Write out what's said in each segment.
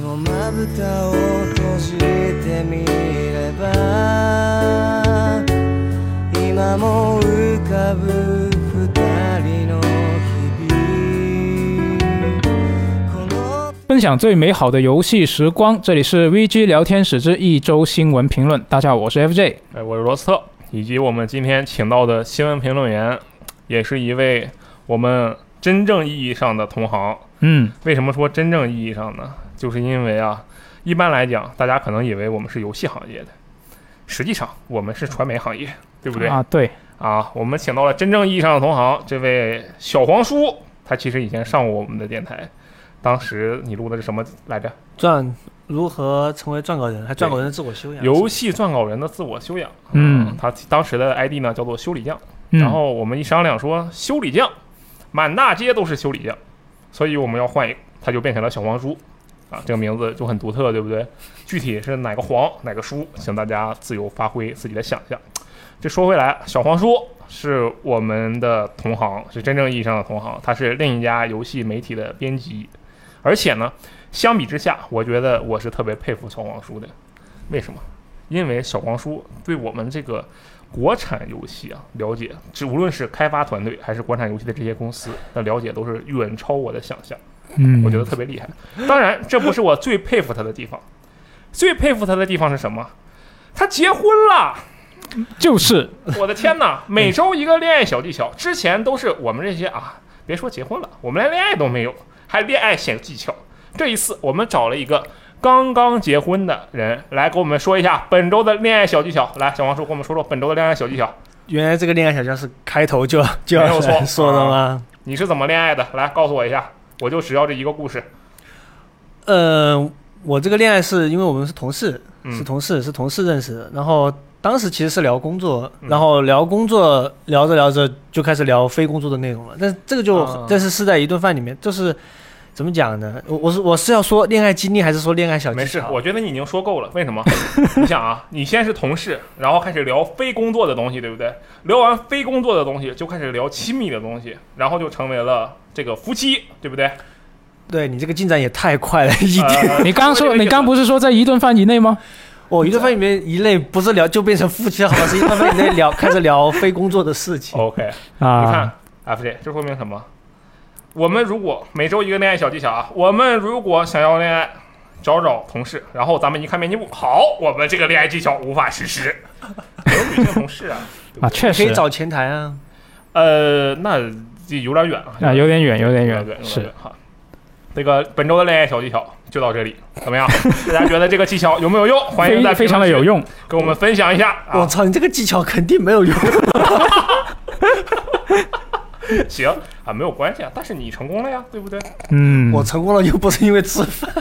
のまぶたを閉じてみれば今も浮かぶ二人の日々この分享最美好的游戏时光，这里是 VG 聊天室之一周新闻评论。大家好，我是 FJ。哎，我是罗斯特，以及我们今天请到的新闻评论员，也是一位我们真正意义上的同行。嗯，为什么说真正意义上呢？就是因为啊，一般来讲，大家可能以为我们是游戏行业的，实际上我们是传媒行业，对不对？啊，对，啊，我们请到了真正意义上的同行，这位小黄叔，他其实以前上过我们的电台，当时你录的是什么来着？撰如何成为撰稿人，还撰稿人的自我修养。游戏撰稿人的自我修养。啊嗯他当时的 ID 呢叫做修理匠。嗯然后我们一商量说，修理匠，满大街都是修理匠，所以我们要换一个，他就变成了小黄书，啊，这个名字就很独特，对不对？具体是哪个黄哪个书，请大家自由发挥自己的想象。这说回来，小黄书是我们的同行，是真正意义上的同行，他是另一家游戏媒体的编辑，而且呢，相比之下，我觉得我是特别佩服小黄书的，为什么？因为小黄书对我们这个国产游戏啊，了解，只无论是开发团队还是国产游戏的这些公司的了解，都是远超我的想象，嗯，我觉得特别厉害。当然，这不是我最佩服他的地方，最佩服他的地方是什么？他结婚了！ 就是我的天哪，每周一个恋爱小技巧，之前都是我们这些啊，别说结婚了，我们连恋爱都没有，还恋爱小技巧。这一次我们找了一个刚刚结婚的人来给我们说一下本周的恋爱小技巧。来，小王叔给我们说说本周的恋爱小技巧，原来这个恋爱小教室开头就就没要有错说的吗？你是怎么恋爱的？来告诉我一下，我就只要这一个故事。呃，我这个恋爱是因为我们是同事，嗯是同事，是同事认识的。然后当时其实是聊工作，嗯然后聊工作聊着聊着就开始聊非工作的内容了。但是这个就啊但是是在一顿饭里面，就是怎么讲呢？我我是我是要说恋爱经历，还是说恋爱小技巧？没事，我觉得你已经说够了。为什么？ 你想啊，你先是同事，然后开始聊非工作的东西，对不对？聊完非工作的东西，就开始聊亲密的东西，然后就成为了这个夫妻，对不对？对你这个进展也太快了一点。呃你刚说，你刚不是说在一顿饭以内吗？我哦一顿饭里面一类不是聊就变成夫妻了，好吧？是一顿饭里面聊 开始聊非工作的事 情。呃 OK，你看啊， FJ，这说明什么？我们如果每周一个恋爱小技巧啊，我们如果想要恋爱，找找同事，然后咱们一看面积不好，我们这个恋爱技巧无法 实施。有女性同事啊，对不啊，对确可以实找前台啊，呃，那这有点远啊，啊，有点远，有点远有点远，，有点是远哈。这个本周的恋爱小技巧就到这里，怎么样？大家觉得这个技巧有没有用？欢迎非在非常的评有论区用。跟我们分享一下我啊。嗯操，你这个技巧肯定没有用。行啊，没有关系啊，但是你成功了呀，对不对？嗯，我成功了又不是因为吃饭。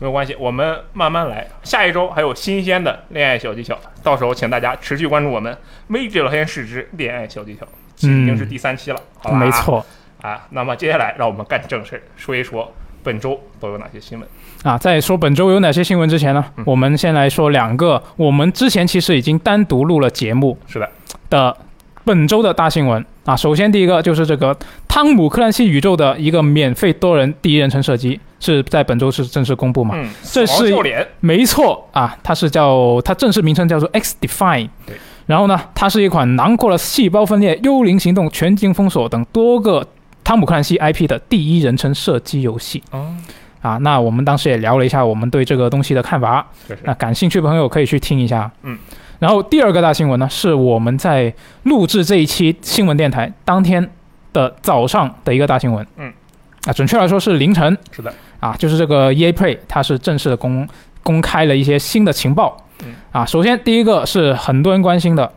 没有关系，我们慢慢来。下一周还有新鲜的恋爱小技巧，到时候请大家持续关注我们《微智聊天室之恋爱小技巧》，这已经是第三期了，好嗯吧？没错啊。那么接下来让我们干正事儿，说一说本周都有哪些新闻。啊。在说本周有哪些新闻之前呢，嗯我们先来说两个，我们之前其实已经单独录了节目是的，的本周的大新闻啊。首先第一个就是这个汤姆克兰西宇宙的一个免费多人第一人称射击，是在本周是正式公布嘛？嗯，这死 亡是笑脸，没错啊，它是叫它正式名称叫做 X Define 对。然后呢，它是一款囊括了细胞分裂、幽灵行动、全境封锁等多个汤姆克兰西 IP 的第一人称射击游戏嗯，啊。那我们当时也聊了一下我们对这个东西的看法，确实那，感兴趣的朋友可以去听一下。嗯。然后第二个大新闻呢，是我们在录制这一期新闻电台当天的早上的一个大新闻。嗯。啊，准确来说是凌晨，是的，啊，就是这个 EA Play，它是正式的公公开了一些新的情报。嗯啊，首先第一个是很多人关心的，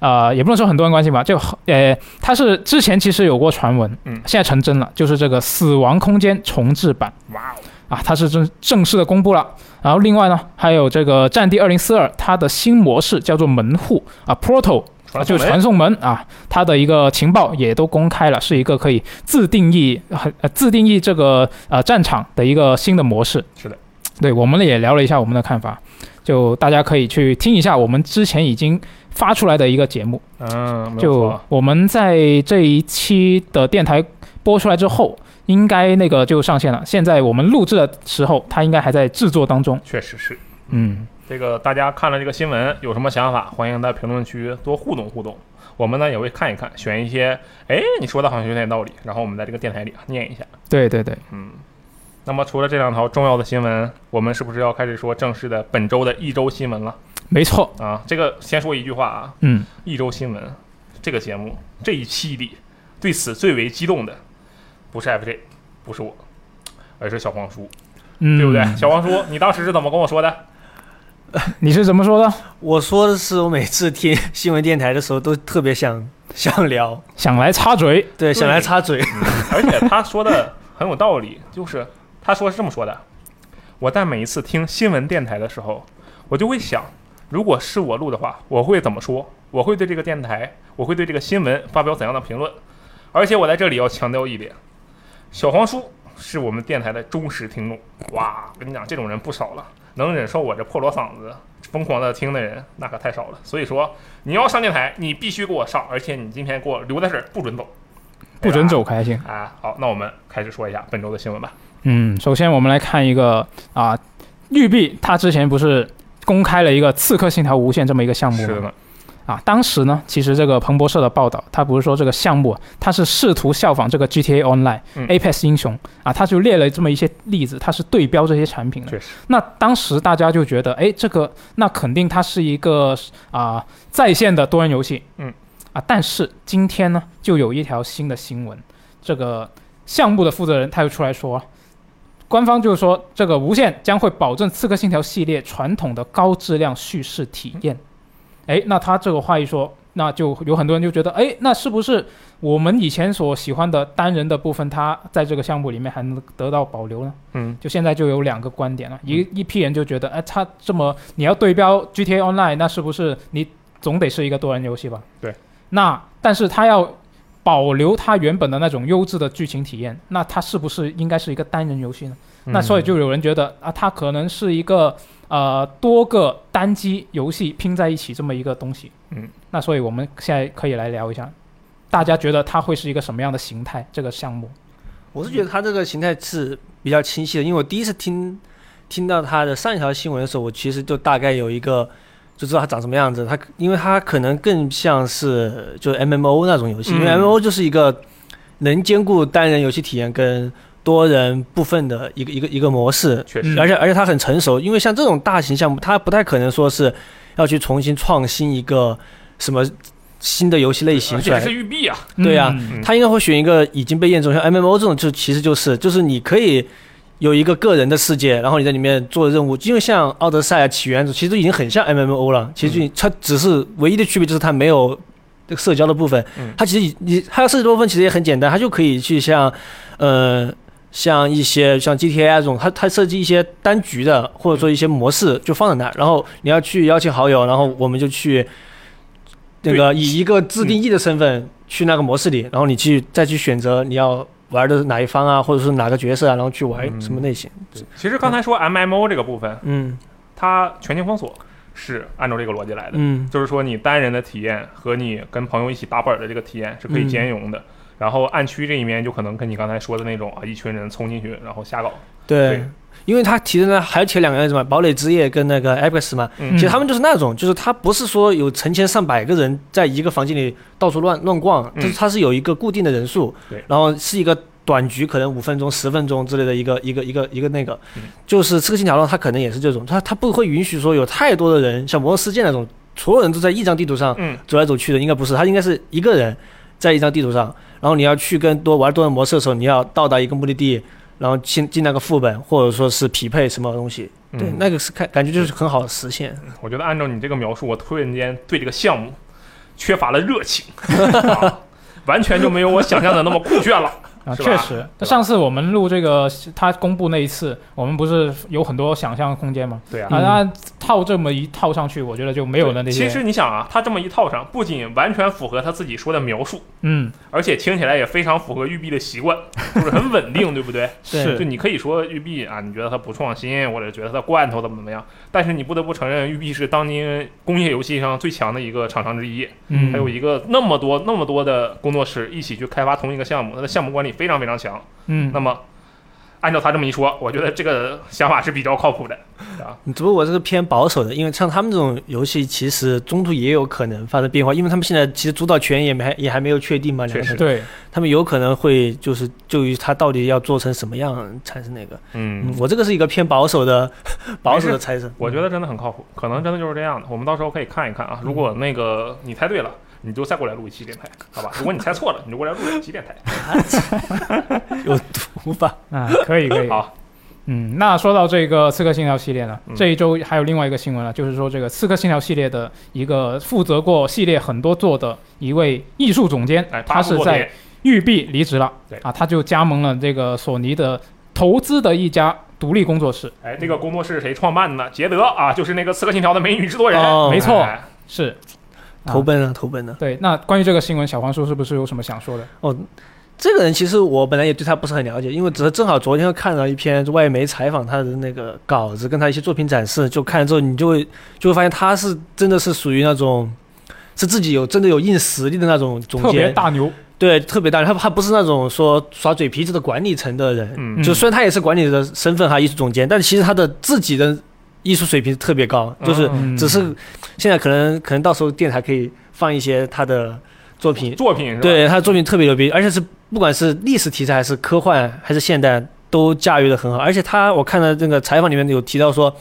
呃，也不能说很多人关心吧，就呃，它是之前其实有过传闻，嗯现在成真了，就是这个《死亡空间》重置版哇哦，啊，它是正正式的公布了。然后另外呢，还有这个《战地2042》，它的新模式叫做门户啊，Portal，传就是送门传送门啊，它的一个情报也都公开了，是一个可以自定义、很呃自定义这个呃战场的一个新的模式。是的，对我们也聊了一下我们的看法，就大家可以去听一下我们之前已经发出来的一个节目，嗯，没有错就啊我们在这一期的电台播出来之后，应该那个就上线了。现在我们录制的时候，它应该还在制作当中。确实是。嗯，这个大家看了这个新闻有什么想法，欢迎在评论区多互动互动。我们呢也会看一看，选一些，哎，你说的好像有点道理，然后我们在这个电台里啊念一下。对对对，嗯，那么除了这两条重要的新闻，我们是不是要开始说正式的本周的一周新闻了没错。啊？这个先说一句话啊，嗯，一周新闻这个节目这一期里，对此最为激动的不是 FJ，不是我，而是小黄叔，嗯对不对？小黄叔，你当时是怎么跟我说的？你是怎么 说的？我说的是，我每次听新闻电台的时候都特别想想聊，想来插嘴？对，想来插嘴。 而且他说的很有道理，就是他说是这么说的：我在每一次听新闻电台的时候，我就会想，如果是我录的话，我会怎么说？我会对这个电台，我会对这个新闻发表怎样的评论？而且我在这里要强调一点，小黄叔是我们电台的忠实听众。哇，跟你讲，这种人不少了，能忍受我这破锣嗓子疯狂的听的人，那可太少了。所以说，你要上电台，你必须给我上，而且你今天给我留在这儿，不准走，不准对吧走开心。啊，好，那我们开始说一下本周的新闻吧。嗯，首先我们来看一个啊，育碧它之前不是公开了一个《刺客信条：无限》这么一个项目吗？呢，啊，当时呢，其实这个彭博社的报道，它不是说这个项目，它是试图效仿这个 GTA Online、嗯 Apex 英雄啊，它就列了这么一些例子，它是对标这些产品的。确实，那当时大家就觉得，哎，这个那肯定它是一个啊、在线的多人游戏，嗯，啊，但是今天呢，就有一条新的新闻，这个项目的负责人他就出来说，官方就是说这个无限将会保证《刺客信条》系列传统的高质量叙事体验。哎，那他这个话一说，那就有很多人就觉得，哎，那是不是我们以前所喜欢的单人的部分，它在这个项目里面还能得到保留呢？嗯，就现在就有两个观点了，一一批人就觉得，哎，他这么你要对标 GTA Online，那是不是你总得是一个多人游戏吧？对。那但是他要保留他原本的那种优质的剧情体验，那他是不是应该是一个单人游戏呢？嗯那所以就有人觉得啊，它可能是一个呃多个单机游戏拼在一起这么一个东西。嗯，那所以我们现在可以来聊一下，大家觉得它会是一个什么样的形态？这个项目？我是觉得他这个形态是比较清晰的，因为我第一次听听到他的上一条新闻的时候，我其实就大概有一个就知道他长什么样子。他因为他可能更像是就 MMO 那种游戏，因为嗯 MMO 就是一个能兼顾单人游戏体验跟多人部分的一个一个一个模式，确实，嗯而且而且它很成熟，因为像这种大型项目，它不太可能说是要去重新创新一个什么新的游戏类型而出且来。是育碧啊，对啊嗯嗯他应该会选一个已经被验证，像哎 MMO 这种就其实就是就是你可以有一个个人的世界，然后你在里面做任务，因为像《奥德赛》啊、《起源》其实都已经很像 MMO 了，嗯其实就它只是唯一的区别就是它没有。这个社交的部分嗯，它其实已你它的社交部分其实也很简单，它就可以去像，呃，像一些像 GTA 啊这种，它它设计一些单局的，或者说一些模式就放在那儿，然后你要去邀请好友，然后我们就去那个以一个自定义的身份去那个模式里，然后你去再去选择你要玩的是哪一方啊，或者是哪个角色啊，然后去玩嗯什么类型。其实刚才说 MMO 这个部分，嗯它全境封锁是按照这个逻辑来的，嗯就是说你单人的体验和你跟朋友一起打本儿的这个体验是可以嗯兼容的。然后暗区这一面就可能跟你刚才说的那种啊，一群人冲进去然后瞎搞，嗯对对，因为他提的呢还有提两个案子嘛，堡垒之夜跟那个 Apex 嘛，嗯其实他们就是那种，就是他不是说有成千上百个人在一个房间里到处乱乱逛，嗯就是他是有一个固定的人数，对然后是一个短局，可能五分钟、十分钟之类的一个一个一个一个那个嗯，就是刺客信条呢，他可能也是这种，他他不会允许说有太多的人，像魔兽世界那种，所有人都在一张地图上嗯，走来走去的，应该不是，他应该是一个人在一张地图上，然后你要去跟多玩多人模式的时候，你要到达一个目的地，然后进进那个副本，或者说是匹配什么东西，嗯对，那个是看感觉就是很好实现。我觉得按照你这个描述，我突然间对这个项目缺乏了热情，啊完全就没有我想象的那么酷炫了。啊，是确吧实。那对吧上次我们录这个，他公布那一次，我们不是有很多想象空间吗？对啊，啊，那套这么一套上去，我觉得就没有了那些。其实你想啊，他这么一套上，不仅完全符合他自己说的描述，嗯，而且听起来也非常符合育碧的习惯， 就是很稳定，对不对？对就你可以说育碧啊，你觉得它不创新，或者觉得它罐头怎么怎么样，但是你不得不承认，育碧是当今工业游戏上最强的一个厂商之一。嗯还有一个那么多那么多的工作室一起去开发同一个项目，它的项目管理非常非常强。嗯那么，按照他这么一说，我觉得这个想法是比较靠谱的。只不过我这个偏保守的，因为像他们这种游戏，其实中途也有可能发生变化，因为他们现在其实主导权也没还也还没有确定嘛，两确个实人对，他们有可能会就是就于他到底要做成什么样产生那个。嗯嗯，我这个是一个偏保守的 保守的猜测。我觉得真的很靠谱，可能真的就是这样的。我们到时候可以看一看啊，嗯如果那个你猜对了。你就再过来录一期电台，好吧？如果你 猜错了，你就过来录两期电台。有毒吧？啊，可以可以。好，嗯，那说到这个《刺客信条》系列呢，嗯这一周还有另外一个新闻了，啊就是说这个《刺客信条》系列的一个负责过系列很多作的一位艺术总监，哎，他八部是作在品育碧离职了对，啊，他就加盟了这个索尼的投资的一家独立工作室，哎，这个工作室谁创办的呢？捷德啊，就是那个《刺客信条》的美女制作人，哦没错哎是啊投奔了，投奔了。对，那关于这个新闻，小黄叔是不是有什么想说的？哦，这个人其实我本来也对他不是很了解，因为只是正好昨天看到一篇外媒采访他的那个稿子，跟他一些作品展示，就看了之后你就会就会发现他是真的是属于那种。是自己有真的有硬实力的那种总特别监，大牛，对，特别大。他他不是那种说耍嘴皮子的管理层的人，嗯，就虽然他也是管理的身份哈，艺术总监，但其实他的自己的艺术水平特别高，就是嗯只是现在可能可能到时候电台可以放一些他的作品，作品是吧？嗯对他的作品特别牛逼，而且是不管是历史题材还是科幻还是现代都驾驭的很好，而且他我看到这个采访里面有提到说。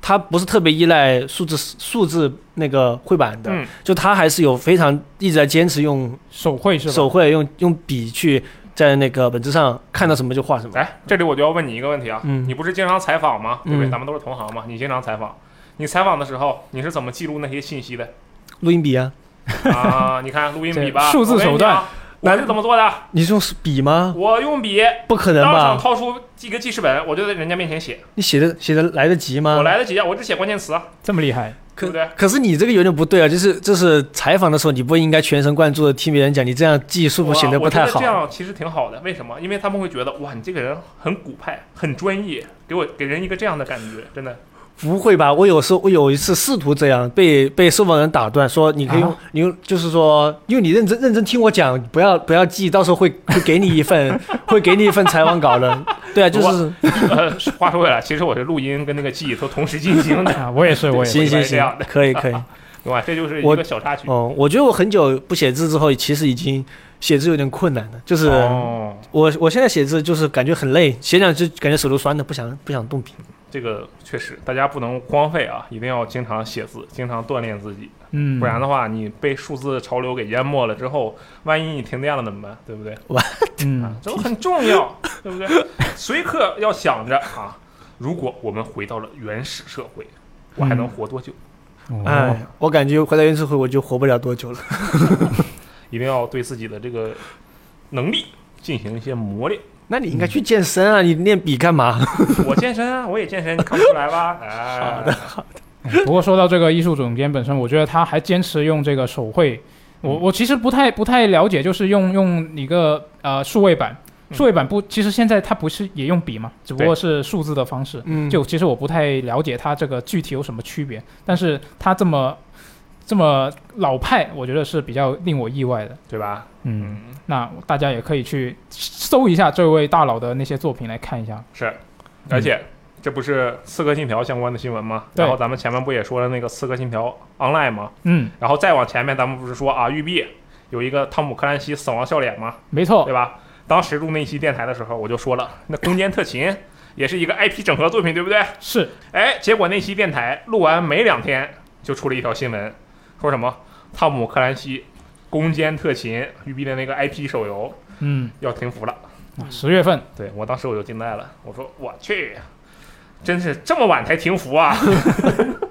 他不是特别依赖数字数字那个绘板的，嗯就他还是有非常一直在坚持用手绘是吧？手绘用用笔去在那个本子上看到什么就画什么。哎，这里我就要问你一个问题啊，嗯你不是经常采访吗？对不对？嗯咱们都是同行嘛，你经常采访，你采访的时候你是怎么记录那些信息的录音笔啊？啊？你看录音笔 吧，这数字我跟你手段嗯讲，我是怎么做的？你是用笔吗？我用笔不可能当场吧？掏出一个记事本，我就在人家面前写，你写的写的来得及吗？我来得及啊，我只写关键词啊，这么厉害，可对不对可是你这个有点不对啊，就是就是采访的时候，你不应该全神贯注的听别人讲，你这样记忆是我不是显得不太我觉好得这？样其实挺好的，为什么？因为他们会觉得哇，你这个人很古派，很专业，给我给人一个这样的感觉，真的。 不会吧？我有时候我有一次试图这样，被被受访人打断，说你可以用、啊你用，就是说，因为你认真认真听我讲，不要不要记，到时候会会给你一份 会给你一份采访稿的。对啊，就是呃，话说回来，其实我是录音跟那个记忆都同时进 行的，啊，我也是，我也是，行行这行样，可以 可以。对吧？这就是一我个小插曲。哦，我觉得我很久不写字之后，其实已经写字有点困难了，就是。哦，我我现在写字就是感觉很累，写两句感觉手都酸的，不想不想动笔。这个确实，大家不能荒废啊，一定要经常写字，经常锻炼自己，嗯，不然的话，你被数字潮流给淹没了之后，万一你停电了怎么办？对不对？啊嗯，这都很重要，对不对？随刻要想着啊，如果我们回到了原始社会，我还能活多久？哦哎，我感觉回到原社会我就活不了多久了。一定要对自己的这个能力进行一些磨练。 那你应该去健身啊，你练笔干嘛？我健身啊，我也健身，你看不出来 吧？哎，好的，哎不过说到这个艺术总监本身，我觉得他还坚持用这个手绘。我嗯我其实不太不太了解，就是用用一个呃数位板，嗯数位板不，其实现在它不是也用笔嘛，只不过是数字的方式。嗯就其实我不太了解它这个具体有什么区别，但是它这么这么老派，我觉得是比较令我意外的。对吧？嗯，嗯，那大家也可以去搜一下这位大佬的那些作品来看一下。是，而且这不是《刺客信条》相关的新闻吗？对然后咱们前面不也说了那个《刺客信条 Online》吗？嗯，然后再往前面，咱们不是说啊，育碧有一个汤姆克兰西死亡笑脸吗？没错对，吧？当时录那期电台的时候，我就说了，那《攻坚特勤》也是一个 IP 整合作品，对不对？是哎，结果那期电台录完没两天，就出了一条新闻，说什么汤姆克兰西《攻坚特勤》育碧的那个 IP 手游嗯，要停服了。嗯十月份对我当时我就惊呆了，我说我去，真是这么晚才停服啊！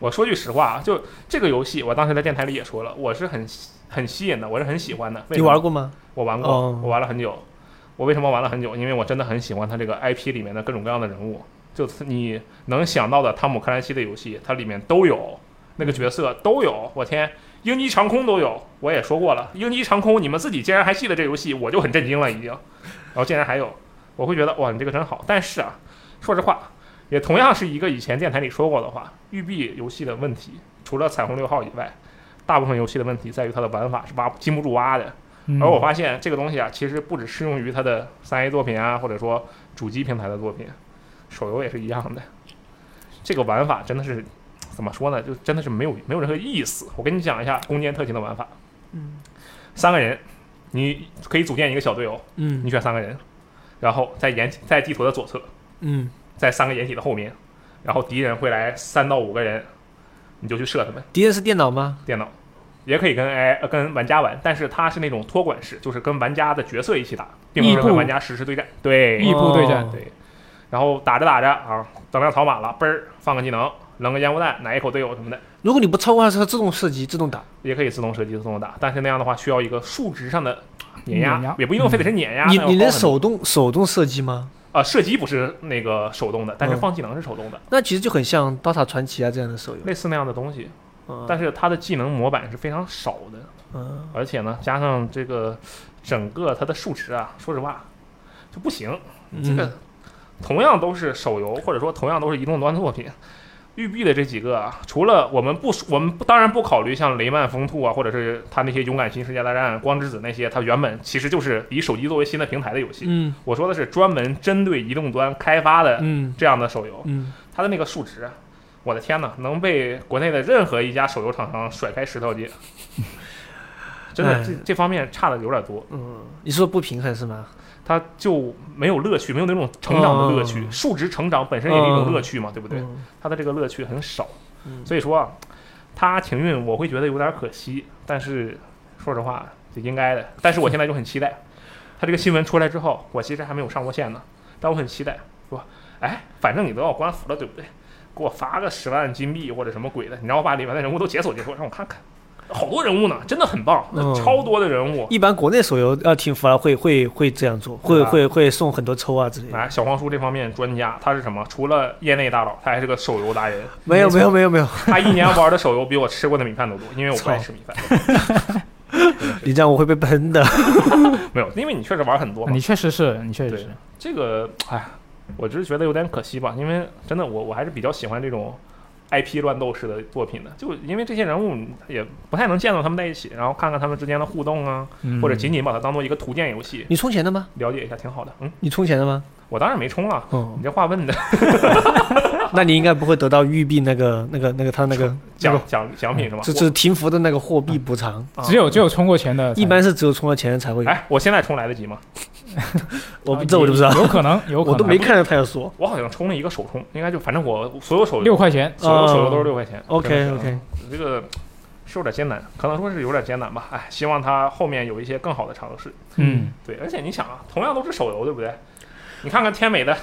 我说句实话啊，就这个游戏，我当时在电台里也说了，我是很很吸引的，我是很喜欢的。你为什么玩过吗？我玩过，哦我玩了很久。我为什么玩了很久？因为我真的很喜欢他这个 IP 里面的各种各样的人物，就是你能想到的汤姆克兰西的游戏，它里面都有那个角色都有。我天，鹰击长空都有，我也说过了，鹰击长空，你们自己竟然还记得这游戏，我就很震惊了已经。然后竟然还有，我会觉得哇，你这个真好。但是啊，说实话，也同样是一个以前电台里说过的话，育碧游戏的问题，除了彩虹六号以外，大部分游戏的问题在于它的玩法是挖禁不住挖的。嗯而我发现这个东西啊，其实不只适用于它的三 A 作品啊，或者说主机平台的作品，手游也是一样的。这个玩法真的是怎么说呢？就真的是没有没有任何意思。我跟你讲一下攻坚特勤的玩法。嗯三个人，你可以组建一个小队友，嗯你选三个人，然后在掩在地图的左侧，嗯在三个掩体的后面，然后敌人会来三到五个人，你就去射他们。敌人是电脑吗？电脑，也可以跟 AI、呃跟玩家玩，但是它是那种托管式，就是跟玩家的角色一起打，并不异是步跟玩家实时对战。对，异步对战哦对。然后打着打着啊，等量草满了，嘣儿放个技能，扔个烟雾弹，奶一口队友什么的，如果你不操控，它是自动射击、自动打。也可以自动射击、自动打。但是那样的话，需要一个数值上的碾压，碾压嗯也不一定非得是碾压。你那要你能高很多手动手动射击吗？啊、射击不是那个手动的，但是嗯放技能是手动的，那其实就很像《DOTA 传奇》啊这样的手游。类似那样的东西。嗯但是它的技能模板是非常少的，嗯而且呢，加上这个整个它的数值啊，说实话就不行。嗯这个同样都是手游，或者说同样都是移动端作品，育碧的这几个啊，除了我们不说，我们不当然不考虑像雷曼风兔啊，或者是他那些勇敢新世界大战、光之子那些，它原本其实就是以手机作为新的平台的游戏。嗯我说的是专门针对移动端开发的嗯这样的手游，嗯它的那个数值啊。我的天呐，能被国内的任何一家手游厂商甩开十条街，真的哎这这方面差的有点多。嗯，你说不平衡是吗？它就没有乐趣，没有那种成长的乐趣。嗯数值成长本身也是一种乐趣嘛，对不对？嗯，它的这个乐趣很少，嗯所以说啊，它停运我会觉得有点可惜，但是说实话也应该的。但是我现在就很期待，它这个新闻出来之后，我其实还没有上过线呢，但我很期待，说，哎，反正你都要关服了，对不对？给我发个十万金币或者什么鬼的，你让我把里面的人物都解锁解锁，让我看看。好多人物呢，真的很棒，嗯超多的人物。一般国内手游呃要停服了，啊会会会这样做，会对吧会会送很多啊抽啊之类的。哎，小黄书这方面专家，他是什么？除了业内大佬，他还是个手游达人。没有没有没有没 有，他一年玩的手游比我吃过的米饭都多，因为我不爱吃米饭。你这样我会被喷的。没有，因为你确实玩很多嘛你。确实是你确实对是，这个，哎，我只是觉得有点可惜吧，因为真的我我还是比较喜欢这种 IP 乱斗式的作品的，就因为这些人物你也不太能见到他们在一起，然后看看他们之间的互动啊，嗯或者仅仅把它当做一个图鉴游戏你充钱的吗？了解一下，挺好的。嗯，你充钱的吗？我当然没充了，哦你，这话问的嗯 那你应该不会得到育碧那个那个那个他那个那奖个奖奖品是吗？就就是停服的那个货币补偿，我啊只有只有充过钱的才，一般是只有充了钱才会有。哎，我现在充来得及吗？我啊不这我就不知道，有可能有可能 我都没看到他有说。我好像充了一个手充，应该就反正我所有手游六块钱，哦所有手游都是六嗯块钱。 OK OK，这个是有点艰难，可能说是有点艰难吧。哎，希望它后面有一些更好的尝试。嗯。对，而且你想啊，同样都是手游，对不对？你看看天美的，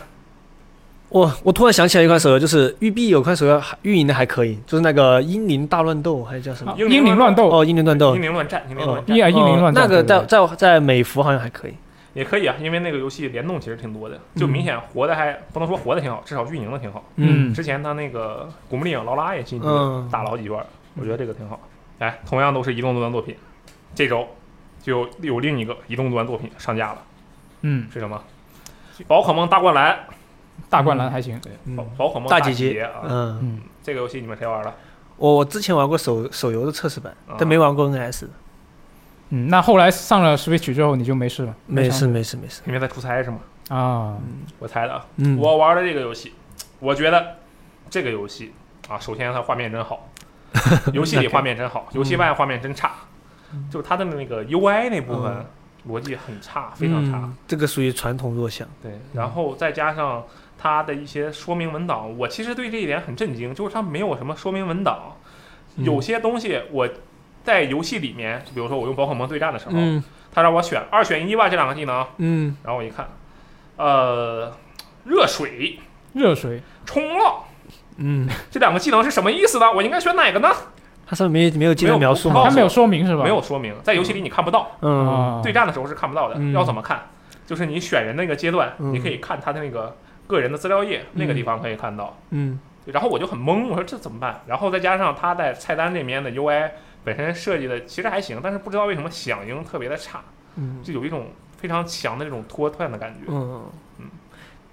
我我突然想起来一款手游，就是育碧有款手游还运营的还可以，就是那个《英灵大乱斗》还是叫什么？英啊灵乱斗，嗯哦，《英灵乱斗哦英》灵乱战，英灵乱战一啊英灵乱斗，那个对在对对在在美服好像还可以。也可以啊，因为那个游戏联动其实挺多的，就明显活的还不能说活的挺好，至少运营的挺好。嗯之前他那个古墓丽影劳拉也进去嗯打了好几圈儿，我觉得这个挺好。哎，同样都是移动端作品，这周就有另一个移动端作品上架了，嗯，是什么？宝可梦大灌篮，大灌篮还行，嗯宝宝可梦大姐姐姐啊，嗯，嗯，这个游戏你们谁玩了？我我之前玩过手手游的测试版啊，但没玩过 NS 的。嗯，那后来上了 Switch 之后你就没事了，没上事没事没事，因为在出差是吗？啊，我猜的啊。嗯，我玩的这个游戏，我觉得这个游戏啊，首先它画面 真好，游戏里画面真好，游戏外画面真差，就是它的那个 UI 那部分嗯逻辑很差，非常差。嗯这个属于传统弱项。对，然后再加上它的一些说明文档，我其实对这一点很震惊，就是它没有什么说明文档，嗯有些东西我在游戏里面，就比如说我用宝可梦对战的时候，嗯它让我选二选一吧这两个技能，嗯然后我一看，呃，热水、热水，冲浪嗯，这两个技能是什么意思呢？我应该选哪个呢？它上面没没有技没有能描述不吗它告？没有说明是吧？没有说明，在游戏里你看不到，嗯啊，对，战的时候是看不到的。嗯要怎么看？就是你选人那个阶段，嗯你可以看他的那个个人的资料页那个嗯地方可以看到。嗯然后我就很懵，我说这怎么办？然后再加上它在菜单这边的 UI 本身设计的其实还行，但是不知道为什么响应特别的差，嗯就有一种非常强的这种拖沓的感觉。嗯嗯，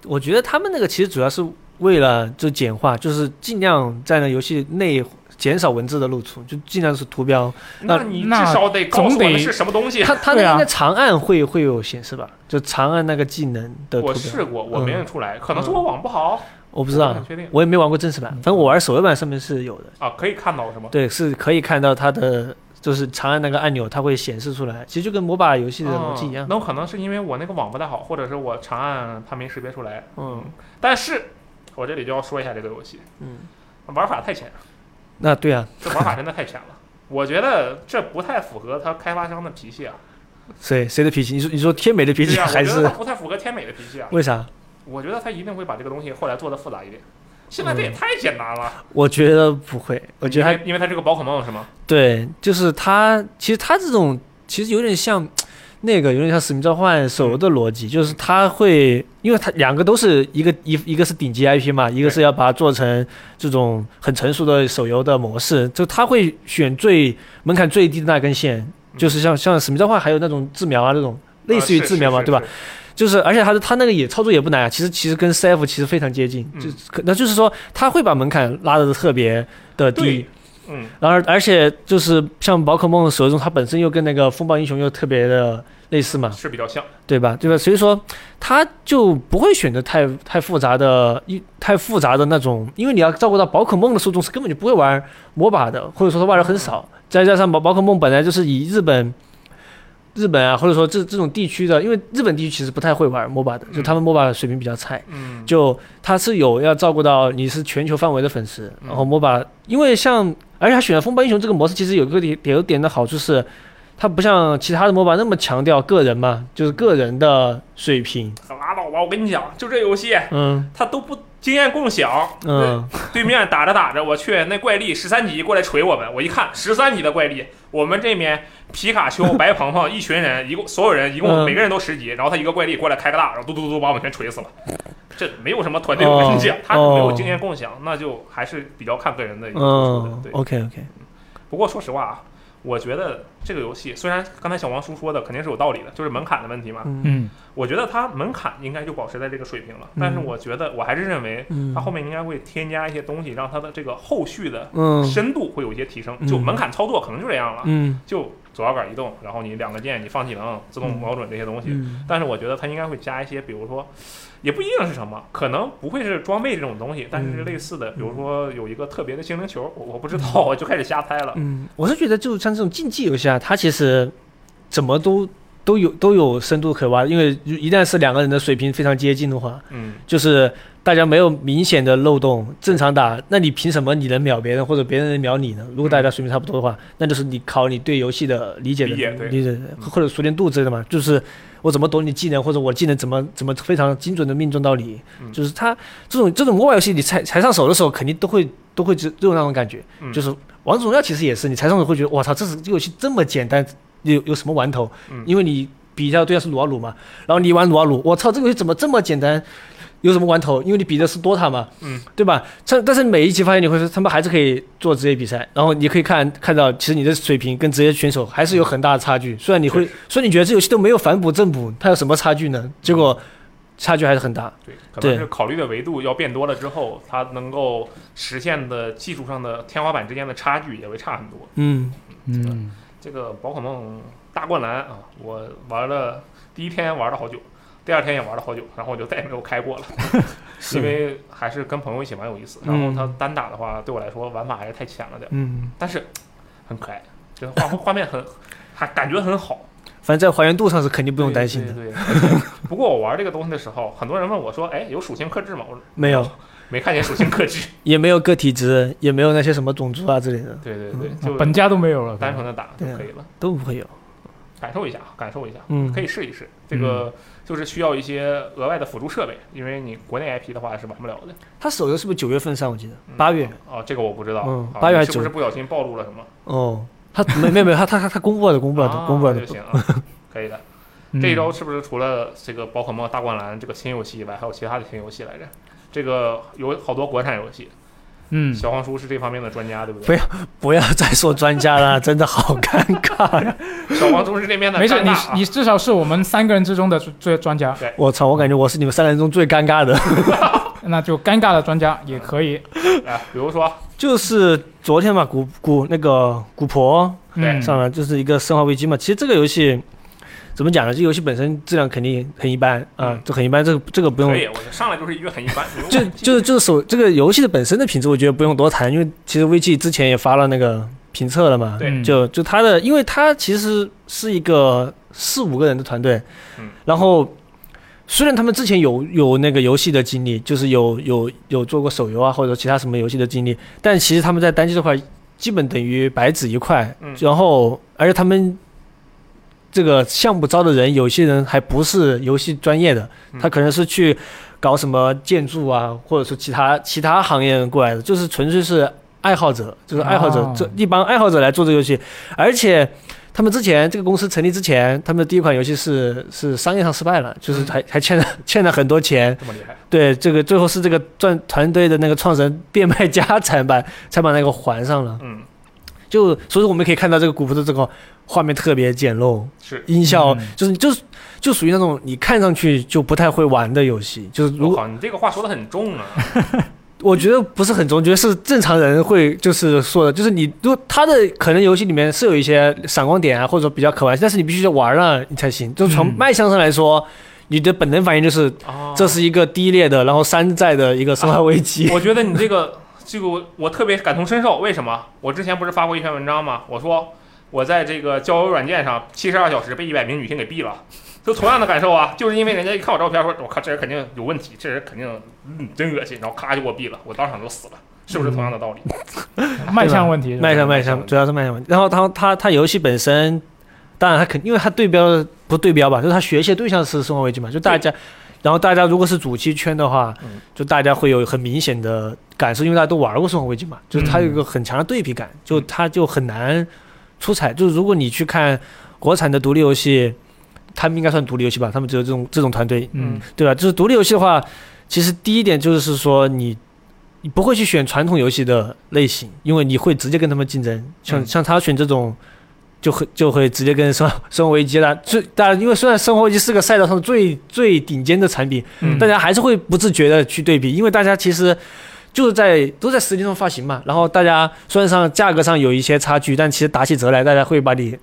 我觉得他们那个其实主要是为了就简化，就是尽量在那游戏内减少文字的露出，就尽量是图标。那那你至那少得告诉总我得是什么东西。它它对那啊应该长按会会有显示吧？就长按那个技能的图我标，试过，我嗯没认出来，可能是我网不好，我不不知道很，确定我也没玩过正式版，反正我玩手游版上面是有的。啊。可以看到是吗？对，是可以看到它的就是长按那个按钮，它会显示出来，其实就跟 MOBA 游戏的逻辑一样嗯。那我可能是因为我那个网不太好，或者是我长按它没识别出来。嗯但是我这里就要说一下这个游戏，嗯，玩法太浅，那对啊，这玩法真的太浅了。我觉得这不太符合它开发商的脾气啊，谁谁的脾气？你说你说天美的脾气对啊还我觉是得它不太符合天美的脾气啊。为啥？我觉得他一定会把这个东西后来做的复杂一点。现在这也太简单了，我觉得不会，嗯我觉得因还为因为它是个宝可梦是吗？对，就是它其实它这种其实有点像。那个有点像《使命召唤》手游的逻嗯辑，就是它会，因为它两个都是一个一一个是顶级 IP 嘛，一个是要把它做成这种很成熟的手游的模式，就它会选最门槛最低的那根线，就是像像《使命召唤》还有那种治苗啊那种类似于嗯啊治苗嘛，对吧？？是是是就是，而且它的它那个也操作也不难啊，其实其实跟 CF 其实非常接近，嗯就可那就是说它会把门槛拉得特别的低对，嗯，然后而且就是像宝可梦的手游中，它本身又跟那个风暴英雄又特别的类似嘛，是比较像。对吧？对吧？所以说它就不会选择太太复杂的一太复杂的那种，因为你要照顾到宝可梦的受众是根本就不会玩魔法的，或者说他玩的很少，再加上宝宝可梦本来就是以日本。日本啊，或者说这这种地区的，因为日本地区其实不太会玩 MOBA 的，就他们 MOBA 水平比较菜，嗯，就它是有要照顾到你是全球范围的粉丝，嗯然后 MOBA，因为像而且它选了风暴英雄这个模式，其实有一个点有点的好处是，它不像其他的 MOBA 那么强调个人嘛，就是个人的水平，拉倒吧！我跟你讲，就这游戏，嗯它都不经验 共享。嗯，对面打着打着，我去，那怪力十三级过来锤我们，我一看十三级的怪力，我们这边皮卡丘、白 鹏鹏一群人，一共所有人一共嗯每个人都十级，然后他一个怪力过来开个大，然后嘟嘟嘟把我们全锤死了。这没有什么团队我跟你讲，哦他是没有经验共享，那就还是比较看个人的一个付出的。嗯对， ，OK OK，不过说实话啊，我觉得这个游戏虽然刚才小王叔说的肯定是有道理的，就是门槛的问题嘛，嗯嗯，我觉得它门槛应该就保持在这个水平了。嗯但是我觉得我还是认为嗯它后面应该会添加一些东西，让它的这个后续的嗯深度会有一些提升。嗯就门槛操作可能就这样了，嗯就左摇杆移动，然后你两个键你放技能、自动瞄准这些东西。嗯但是我觉得它应该会加一些，比如说，也不一定是什么，可能不会是装备这种东西，但是嗯类似的，比如说有一个特别的精灵球，我我不知道，我就开始瞎猜了。嗯，我是觉得就像这种竞技游戏啊，它其实怎么都都有都有深度可挖，因为一旦是两个人的水平非常接近的话，嗯，就是大家没有明显的漏洞，正常嗯打，那你凭什么你能秒别人或者别人能秒你呢？如果大家水平差不多的话，那就是你考你对游戏的理解的理解对嗯理解或者熟练度之类的嘛，就是我怎么懂你技能，或者我技能怎么怎么非常精准的命中到你，嗯就是它这种这种 MOBA 游戏，你才才上手的时候肯定都会都会只都有那种感觉，嗯就是王者荣耀其实也是，你才上手会觉得我操，这是这个游戏这么简单，有有什么玩头？嗯因为你比较对象是撸啊撸嘛，然后你玩撸啊撸，我操，这个游戏怎么这么简单？有什么玩头？因为你比的是 DOTA 嘛，嗯，对吧？但但是每一期发现你会说，他们还是可以做职业比赛，然后你可以看看到，其实你的水平跟职业选手还是有很大的差距。虽然你会，所以你觉得这游戏都没有反哺正补，它有什么差距呢？结果差距还是很大。对，可对能是考虑的维度要变多了之后，它能够实现的技术上的天花板之间的差距也会差很多。嗯嗯，这个宝可梦大灌篮啊，我玩了第一天玩了好久，第二天也玩了好久，然后我就再也没有开过了，因为还是跟朋友一起玩有意思。然后嗯它单打的话，对我来说玩法还是太浅了点儿，嗯，但是很可爱，就是画画面很还感觉很好，反正在还原度上是肯 定不用对担心的。对对对 而且不过我玩这个东西的时候，很多人问我说：“哎，有属性克制吗？”我说没有，没看见属性克制。也没有个体值，也没有那些什么种族啊之类 的，对对对，啊就本家都没有了，单纯的打就对啊可以了，都不会有。感受一下，感受一下，嗯可以试一试。这个就是需要一些额外的辅助设备，因为你国内 IP 的话是玩不了的。他手游是不是九月份上？我记得嗯八月。哦，这个我不知道，嗯啊八月你还是不是不小心暴露了什么？ 哦，他没没没，他他他他公布了的，公布了的，啊公布了那 就的。行啊，可以的。嗯这一周是不是除了这个宝可梦大灌篮这个新游戏以外，还有其他的新游戏来着？这个有好多国产游戏，嗯，小黄书是这方面的专家，对不不 对？要不要再说专家了，真的好尴尬 呀！小黄书是这边的没事，尴你尬是啊你至少是我们三个人之中的最最专家，我操，我感觉我是你们三人中最尴尬的。那就尴尬的专家也可以。哎，比如说就是昨天嘛，古古那个古婆嗯，上来就是一个《生化危机》嘛。其实这个游戏怎么讲呢？这游戏本身质量肯定很一般啊嗯，这很一般，这个这个不用可哎以，我就上来就是一个很一般， 就嗯就就是手这个游戏的本身的品质，我觉得不用多谈，因为其实 VG 之前也发了那个评测了嘛，对嗯就就它的，因为它其实是一个四五个人的团队嗯，然后虽然他们之前有有那个游戏的经历，就是有有有做过手游啊或者其他什么游戏的经历，但其实他们在单机这块基本等于白纸一块嗯，然后而且他们。这个项目招的人，有些人还不是游戏专业的，他嗯可能是去搞什么建筑啊，或者说其他其他行业过来的，就是纯粹是爱好者，就是啊爱好者、哦这一帮爱好者来做这个游戏，而且他们之前这个公司成立之前，他们的第一款游戏是是商业上失败了，就是嗯还还欠了欠了很多钱，这么厉害，对这个最后是这个赚团队的那个创始人变卖家产把才把那个还上了，嗯，就所以说我们可以看到这个古朴的这个画面特别简陋，是音效嗯就是就是就属于那种你看上去就不太会玩的游戏，就是如我果靠，哦你这个话说的很重啊，我觉得不是很重，觉得是正常人会就是说的，就是你如果他的可能游戏里面是有一些闪光点啊，或者说比较可玩，但是你必须得玩了你才行。就从嗯卖相上来说，你的本能反应就是啊，这是一个低劣的，然后山寨的一个生化危机。 我觉得你这个这个我我特别感同身受，为什么？我之前不是发过一篇文章吗？我说我在这个交友软件上七十二小时被一百名女性给毙了。就同样的感受啊，就是因为人家一看我照片说，我靠，这人肯定有问题，这人肯定嗯真恶心，然后咔就给我毙了，我当场就死了，是不是同样的道理？嗯卖相问题是吧，卖相卖相，主要是卖相问题。然后它它它游戏本身，当然它肯，因为它对标不对标吧，就是它学习的对象是生活危机嘛，就大家，然后大家如果是主机圈的话嗯，就大家会有很明显的感受，因为大家都玩过生活危机嘛，就是它有一嗯个很强的对比感，就它就很难出彩。就是如果你去看国产的独立游戏，他们应该算独立游戏吧，他们只有这种这种团队，嗯对吧？就是独立游戏的话，其实第一点就是说你你不会去选传统游戏的类型，因为你会直接跟他们竞争。像、嗯像他选这种，就会就会直接跟生生活危机啦，最当然，因为虽然生活危机是个赛道上最最顶尖的产品，嗯大家还是会不自觉的去对比，因为大家其实。就是在都在实际上发行嘛，然后大家虽然上价格上有一些差距，但其实打起折来，大家会把你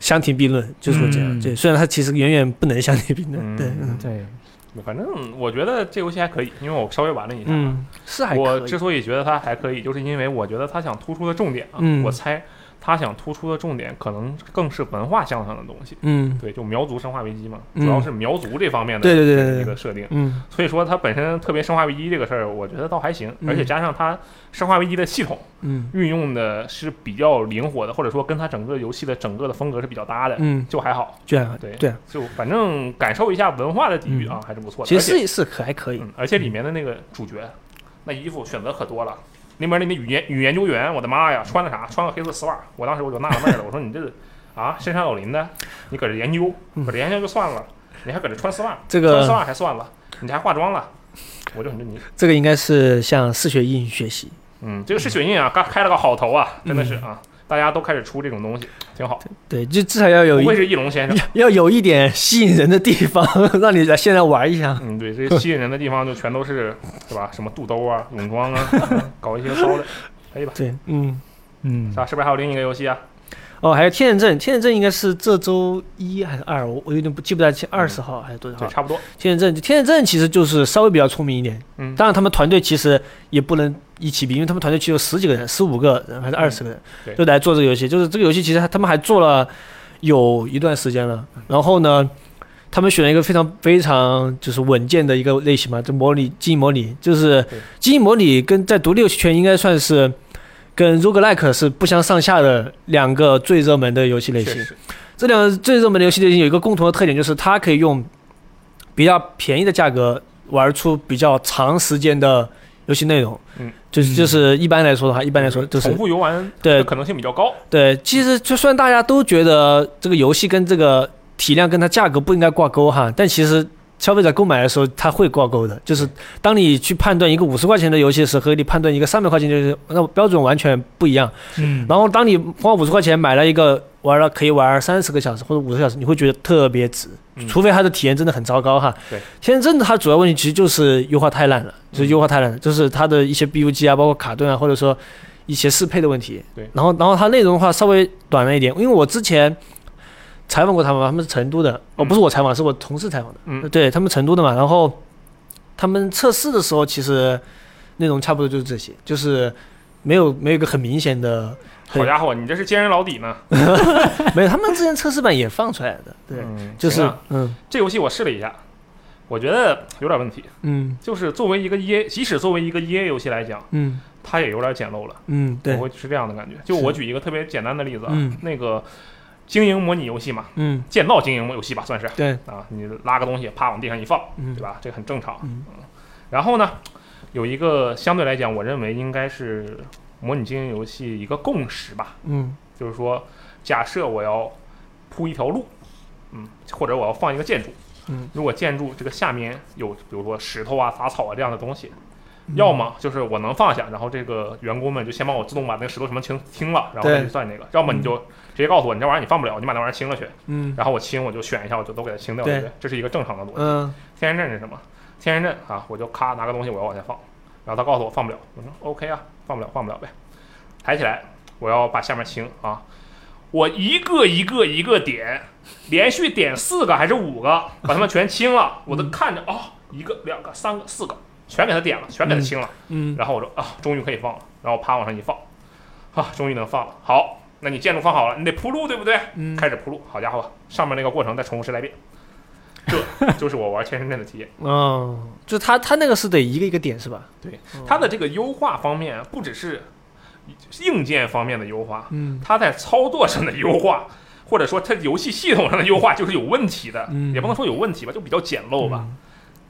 相提并论，就是会这样。嗯对，虽然它其实远远不能相提并论，嗯对，嗯。对，反正我觉得这游戏还可以，因为我稍微玩了一下，嗯，是还我可之以。所以觉得它还可以，就是因为我觉得它想突出的重点啊，嗯我猜它想突出的重点可能更是文化向上的东西。嗯对，就苗族生化危机嘛，嗯主要是苗族这方面的对对对这个对对一个设定。嗯所以说它本身特别生化危机这个事儿，我觉得倒还行，嗯而且加上它生化危机的系统嗯运用的是比较灵活的，或者说跟它整个游戏的整个的风格是比较搭的，嗯，就还好。这样对对啊，就反正感受一下文化的底蕴啊，还是不错嗯的。其而且实是是可还可以。嗯，而且里面的那个主角，那衣服选择可多了。那边那那语言语研究员，我的妈呀，穿的啥？穿个黑色丝袜。我当时我就纳了闷儿了，我说你这啊，深山老林的，你搁这研究，嗯搁这研究就算了，你还搁这穿丝袜，这穿丝个袜还算了，你还化妆了，我就很震惊。这个应该是向嗜血印学习。嗯，这个是雪印啊，刚开了个好头啊，真的是啊，大家都开始出这种东西，挺好。对，就至少要有不一愧是翼龙先生。要有一点吸引人的地方， 让你来现在玩一下。嗯，对，这些吸引人的地方就全都是，是吧？什么肚兜啊、泳 装啊，嗯搞一些骚的，可以吧？对，嗯，嗯，啊，是不是还有另一个游戏啊？哦，还有天眼症，天眼症应该是这周一还是二，我我有点不记不太清，二十号还是多少对，号？差不多。天眼症，天眼症其实就是稍微比较聪明一点。嗯当然他们团队其实也不能一起比，因为他们团队其实有十几个人、十五个人还是二十个人，嗯对就来做这个游戏。就是这个游戏其实他们还做了有一段时间了。然后呢，他们选了一个非常非常就是稳健的一个类型嘛，就模拟经营模拟，就是对经营模拟跟在独立游戏圈应该算是。跟 roguelike 是不相上下的两个最热门的游戏类型确，实，这两个最热门的游戏类型有一个共同的特点，就是它可以用比较便宜的价格玩出比较长时间的游戏内容。嗯，就是就是一般来说的话，一般来说就是重复游玩对的可能性比较高。对，其实就算大家都觉得这个游戏跟这个体量跟它价格不应该挂钩哈，但其实。消费者购买的时候，它会挂钩的，就是嗯当你去判断一个五十块钱的游戏的时候，和你判断一个三百块钱的游戏，那标准完全不一样。嗯，然后当你花五十块钱买了一个玩了可以玩三十个小时或者五十小时，你会觉得特别值，嗯除非它的体验真的很糟糕哈。对，嗯现在真的它主要问题其实就是优化太烂了，就是优化太烂了，就是它的一些 BUG 啊，包括卡顿啊，或者说一些适配的问题。对然后然后它内容的话稍微短了一点，因为我之前。采访过他们嘛，他们是成都的，哦，不是我采访，是我同事采访的，嗯对他们成都的嘛。然后他们测试的时候，其实内容差不多就是这些，就是没有没有一个很明显的好家伙，你这是揭人老底呢。 没有，他们之前测试版也放出来的，对，嗯就是行啊嗯这游戏我试了一下，我觉得有点问题。嗯就是作为一个 EA，即使作为一个 EA 游戏来讲，嗯它也有点简陋了。嗯，我对，会是这样的感觉。就是我举一个特别简单的例子啊，嗯那个经营模拟游戏嘛，嗯建造经营游戏吧，算是对，啊，你拉个东西，啪往地上一放，嗯对吧？这个很正常。嗯然后呢，有一个相对来讲，我认为应该是模拟经营游戏一个共识吧，嗯就是说，假设我要铺一条路，嗯，或者我要放一个建筑，嗯，如果建筑这个下面有，比如说石头啊、杂草啊这样的东西，嗯要么就是我能放下，然后这个员工们就先帮我自动把那个石头什么清清了，然后对再去算这个；要么你就直接告诉我，你这玩意儿你放不了，你把那玩意儿清了去，嗯然后我清我就选一下，我就都给它清掉，对对不对？这是一个正常的逻辑。嗯天然阵是什么？天然阵啊，我就咔拿个东西我要往下放，然后他告诉我放不了，我说 OK 啊，放不了放不了呗，抬起来，我要把下面清啊，我一个一个一个点，连续点四个还是五个，把它们全清了，我都看着哦，一个两个三个四个，全给它点了，全给它清了，嗯然后我说啊，终于可以放了，然后啪往上一放，啊，终于能放了，好。那你建筑放好了，你得铺路，对不对？嗯开始铺路，好家伙，上面那个过程再重复十来遍，这就是我玩《千神阵》的体验。哦，就他他那个是得一个一个点是吧？对，它的这个优化方面不只是硬件方面的优化，嗯它在操作上的优化，或者说它游戏系统上的优化，就是有问题的，嗯也不能说有问题吧，就比较简陋吧。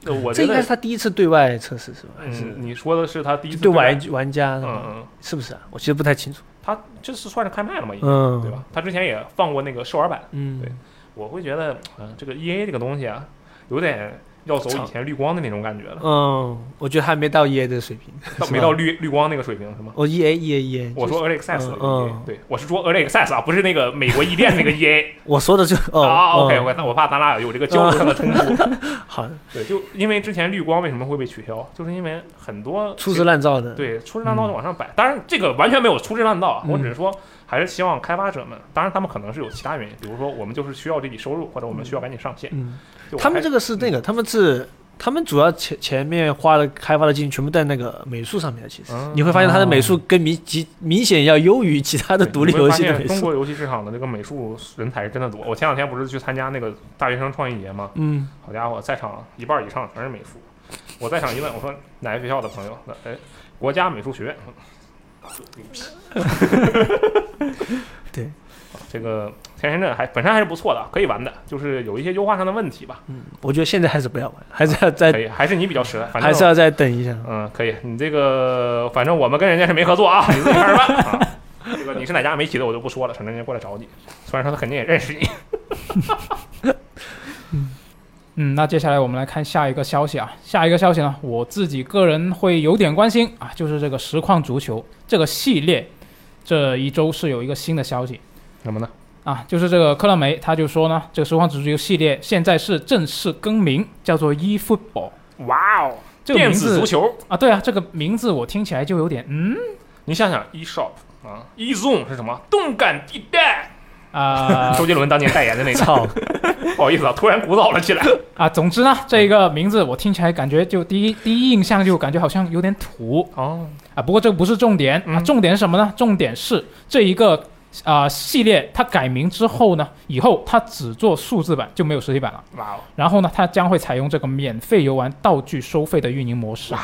那我这觉应该得是，他第一次对外测试是吧？还是嗯，你说的是他第一次对外，玩玩家嗯是吧嗯，是不是啊？我其实不太清楚，他这次算是开麦了嘛，已经、嗯，对？吧？他之前也放过那个试玩版，嗯，对我会觉得，嗯、这个 E A 这个东西啊，有点要走以前绿光的那种感觉了，嗯，我觉得还没到 EA 的水 平，哦到没到绿绿光那个水平是吗？我 EA EA EA，我说 Early Access 的嗯嗯 EA，对，我是说 Early Access 啊，不是那个美国一店那个 EA 我说的就哦嗯啊。哦 OK OK，那我怕咱俩有这个交流上的冲突。好， 对，就因为之前绿光为什么会被取消，就是因为很多粗制滥造的，对粗制滥造就往上摆。当然，这个完全没有粗制滥造啊，嗯我只是说还是希望开发者们，当然他们可能是有其他原因，比如说我们就是需要这笔收入，或者我们需要赶紧上线。嗯。就我他们还嗯这个是那个，他们是他们主要前前面花的开发的精力全部在那个美术上面的，其实、嗯你会发现他的美术跟明极明显要优于其他的对独立你会游发戏的现美中术。国游戏市场的这个美术人才是真的多。我前两天不是去参加那个大学生创意节吗？嗯好家伙，在场一半以上全是美术。我在场一问，我说哪个学校的朋友？那哎，国家美术学院。牛逼！对，这个天神镇还本身还是不错的，可以玩的，就是有一些优化上的问题吧。嗯，我觉得现在还是不要玩，还是要再、可以，还是你比较实在，反正哎还是要再等 一下。嗯，可以。你这个反正我们跟人家是没合 作啊，你自己看着办啊。这个你是哪家媒体的，我就不说了，省得人家过来找你。虽然说他肯定也认识你。嗯，那接下来我们来看下一个消息啊，下一个消息呢，我自己个人会有点关心啊，就是这个实况足球这个系列，这一周是有一个新的消息什么呢？啊，就是这个科乐梅他就说呢，这个实况足球系列现在是正式更名，叫做 eFootball。 哇哦，这个电名子字足球。啊，对啊，这个名字我听起来就有点嗯你想想，eShop 啊，eZone 是什么？动感地带。啊、 周杰伦当年代言的那 个。操，不好意思啊，突然鼓噪了起来。啊，总之呢，这个名字我听起来感觉就第一第一印象就感觉好像有点土哦，啊。不过这不是重点啊，嗯重点是什么呢？重点是这一个啊、系列它改名之后呢，以后它只做数字版就没有实体版了。哇哦，然后呢，它将会采用这个免费游玩道具收费的运营模式，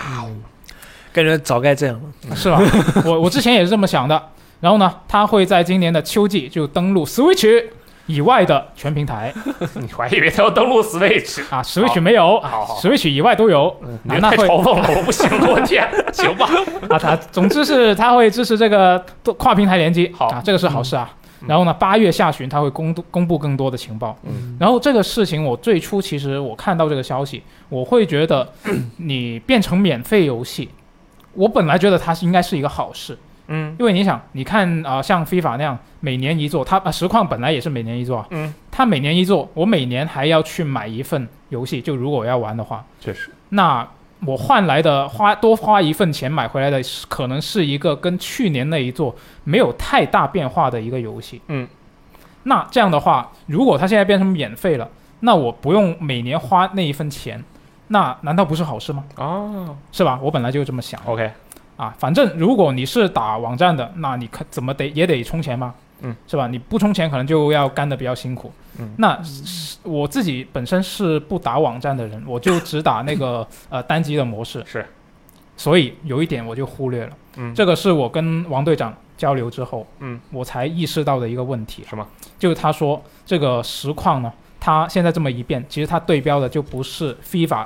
感觉早该这样了。是吧？我我之前也是这么想的。然后呢，它会在今年的秋季就登陆 Switch 以外的全平台你我还以为他要登陆 Switch，啊，Switch 没有啊 好好，Switch 以外都有。啊你这那嗯太会嘲讽了，我不行了，我天， 行吧，啊，它总之是它会支持这个多跨平台联机，好嗯啊，这个是好事啊。然后呢，八月下旬它会公布公布更多的情报。嗯然后这个事情，我最初其实我看到这个消息，我会觉 得你变成免费游戏，我本来觉得它是应该是一个好事，嗯因为你想，你看啊、呃像 FIFA 那样每年一做，它啊、实况本来也是每年一做啊，嗯，它每年一做，我每年还要去买一份游戏，就如果我要玩的话，确实，那我换来的花多花一份钱买回来的是，可能是一个跟去年那一座没有太大变化的一个游戏。嗯，那这样的话，如果它现在变成免费了，那我不用每年花那一份钱，那难道不是好事吗？哦是吧？我本来就这么想，OK，啊。反正如果你是打网站的，那你可怎么得也得充钱吧？嗯，是吧？你不充钱可能就要干得比较辛苦。嗯那是我自己本身是不打网站的人，我就只打那 个呃单机的模式。是，所以有一点我就忽略了，嗯，这个是我跟王队长交流之后，嗯，我才意识到的一个问题。什么？就是他说这个实况呢，它现在这么一变，其实它对标的就不是 FIFA。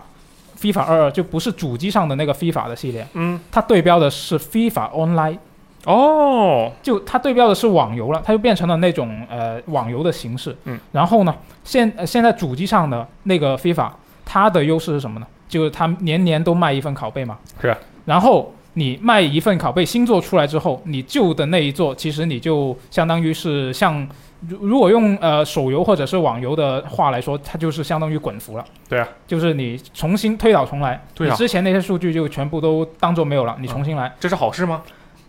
FIFA 二二就不是主机上的那个 FIFA 的系列，嗯，它对标的是 FIFA Online，哦，就它对标的是网游了，它就变成了那种呃网游的形式。嗯，然后呢，现、呃现在主机上的那个 FIFA，它的优势是什么呢？就是它年年都卖一份拷贝嘛。是啊。然后你卖一份拷贝，新作出来之后，你旧的那一座其实你就相当于是像，如如果用呃手游或者是网游的话来说，它就是相当于滚服了。对啊。就是你重新推倒重来，对啊你之前那些数据就全部都当做没有了，你重新来。这是好事吗？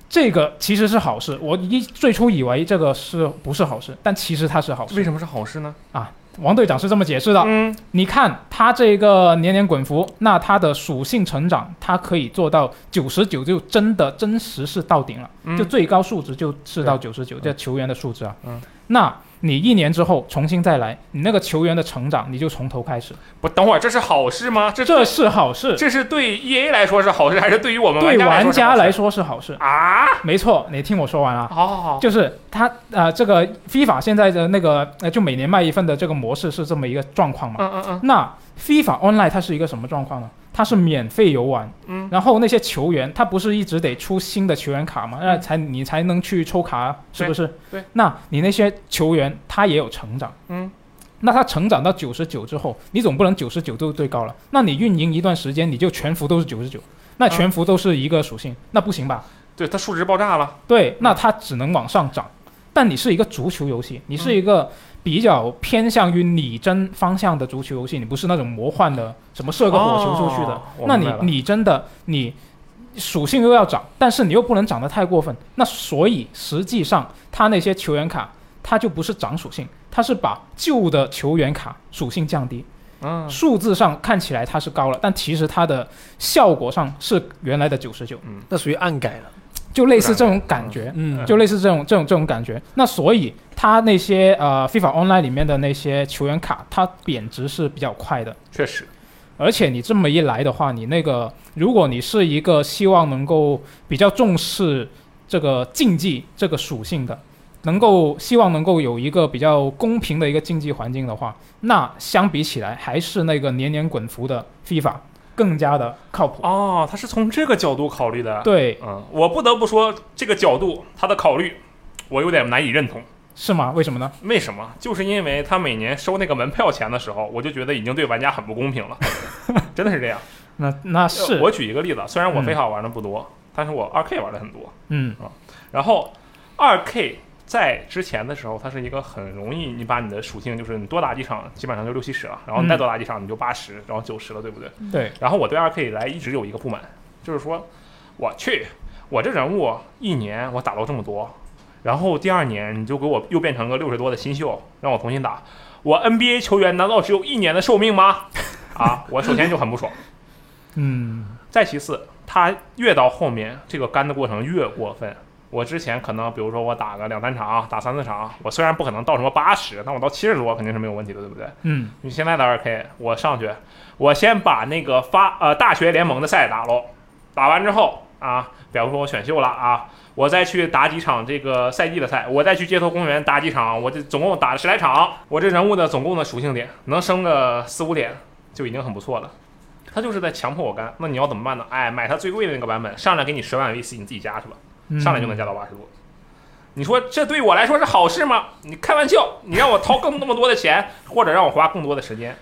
这个其实是好事，我一最初以为这个是不是好事，但其实它是好为事。什么是好事呢？王队长是这么解释的：嗯你看它这个年年滚服，那它的属性成长，它可以做到九十九，就真的真实是到顶了，嗯就最高数值就是到九十九，这球员的数值啊。嗯，那你一年之后重新再来，你那个球员的成长你就从头开始，不，等会儿这是好事吗？这这是好事，这是对 E A 来说是好事，还是对于我们对玩玩家来来说说是好事是好事。啊？没错，你听我说完啊。好好好，就是它呃，这个 FIFA 现在的那个呃，就每年卖一份的这个模式是这么一个状况嘛。嗯嗯嗯，那 FIFA Online 它是一个什么状况呢？它是免费游玩，嗯，然后那些球员他不是一直得出新的球员卡嘛，那才你才能去抽卡，是不是？嗯对对那你那些球员他也有成长，嗯，那他成长到九十九之后，你总不能九十九就最高了，那你运营一段时间你就全服都是九十九，那嗯全服都是一个属性，那不行吧？对，它数值爆炸了，对，那它只能往上涨。但你是一个足球游嗯戏，你是一个比较偏向于拟真方向的足球游戏，你不是那种魔幻的什么射个火球出去的。哦我那明你白了拟真的你属性又要涨，但是你又不能涨得太过分。那所以实际上它那些球员卡，它就不是涨属性，它是把旧的球员卡属性降低。嗯数字上看起来它是高了，但其实它的效果上是原来的九十九，嗯那属于暗改了。就类似这种感觉。嗯就类似这种这种这种感觉。那所以它那些呃 FIFA Online 里面的那些球员卡，它贬值是比较快的。确实，而且你这么一来的话，你那个如果你是一个希望能够比较重视这个竞技这个属性的，能够希望能够有一个比较公平的一个竞技环境的话，那相比起来还是那个年年滚服的 FIFA 更加的靠谱。哦，他是从这个角度考虑的。，对，嗯，我不得不说这个角度他的考虑，我有点难以认同。是吗？为什么呢？为什么？就是因为他每年收那个门票钱的时候，我就觉得已经对玩家很不公平 了，真的是这样。那那是我举一个例子，啊虽然我嗯非法玩的不多，但是我二 K 玩的很多。嗯然后二 K 在之前的时候，它是一个很容易，你把你的属性就是你多打几场，基本上就六七十了，然后你再嗯多打几场你就八十，然后九十了，对不对？对然后我对二 K 来一直有一个不满，就是说，我去，我这人物一年我打到这么多，然后第二年你就给我又变成个六十多的新秀，让我重新打，我 NBA 球员难道只有一年的寿命吗？ 啊，我首先就很不爽。嗯再其次，他越到后面这个干的过程越过分。我之前可能，比如说我打个两三场，打三四场，我虽然不可能到什么八十，但我到七十多肯定是没有问题的，对不对？嗯你现在的二 K，我上去，我先把那个发呃大学联盟的赛打喽，打完之后啊，比方说我选秀了啊，我再去打几场这个赛季的赛，我再去街头公园打几场，我这总共打了十来场，我这人物的总共的属性点能升个四五点就已经很不错了。他就是在强迫我干，那你要怎么办呢？哎，买他最贵的那个版本，上来给你十万 VC，你自己加去吧，嗯，上来就能加到八十多。你说这对我来说是好事吗？你开玩笑，你让我掏更那么多的钱，或者让我花更多的时间。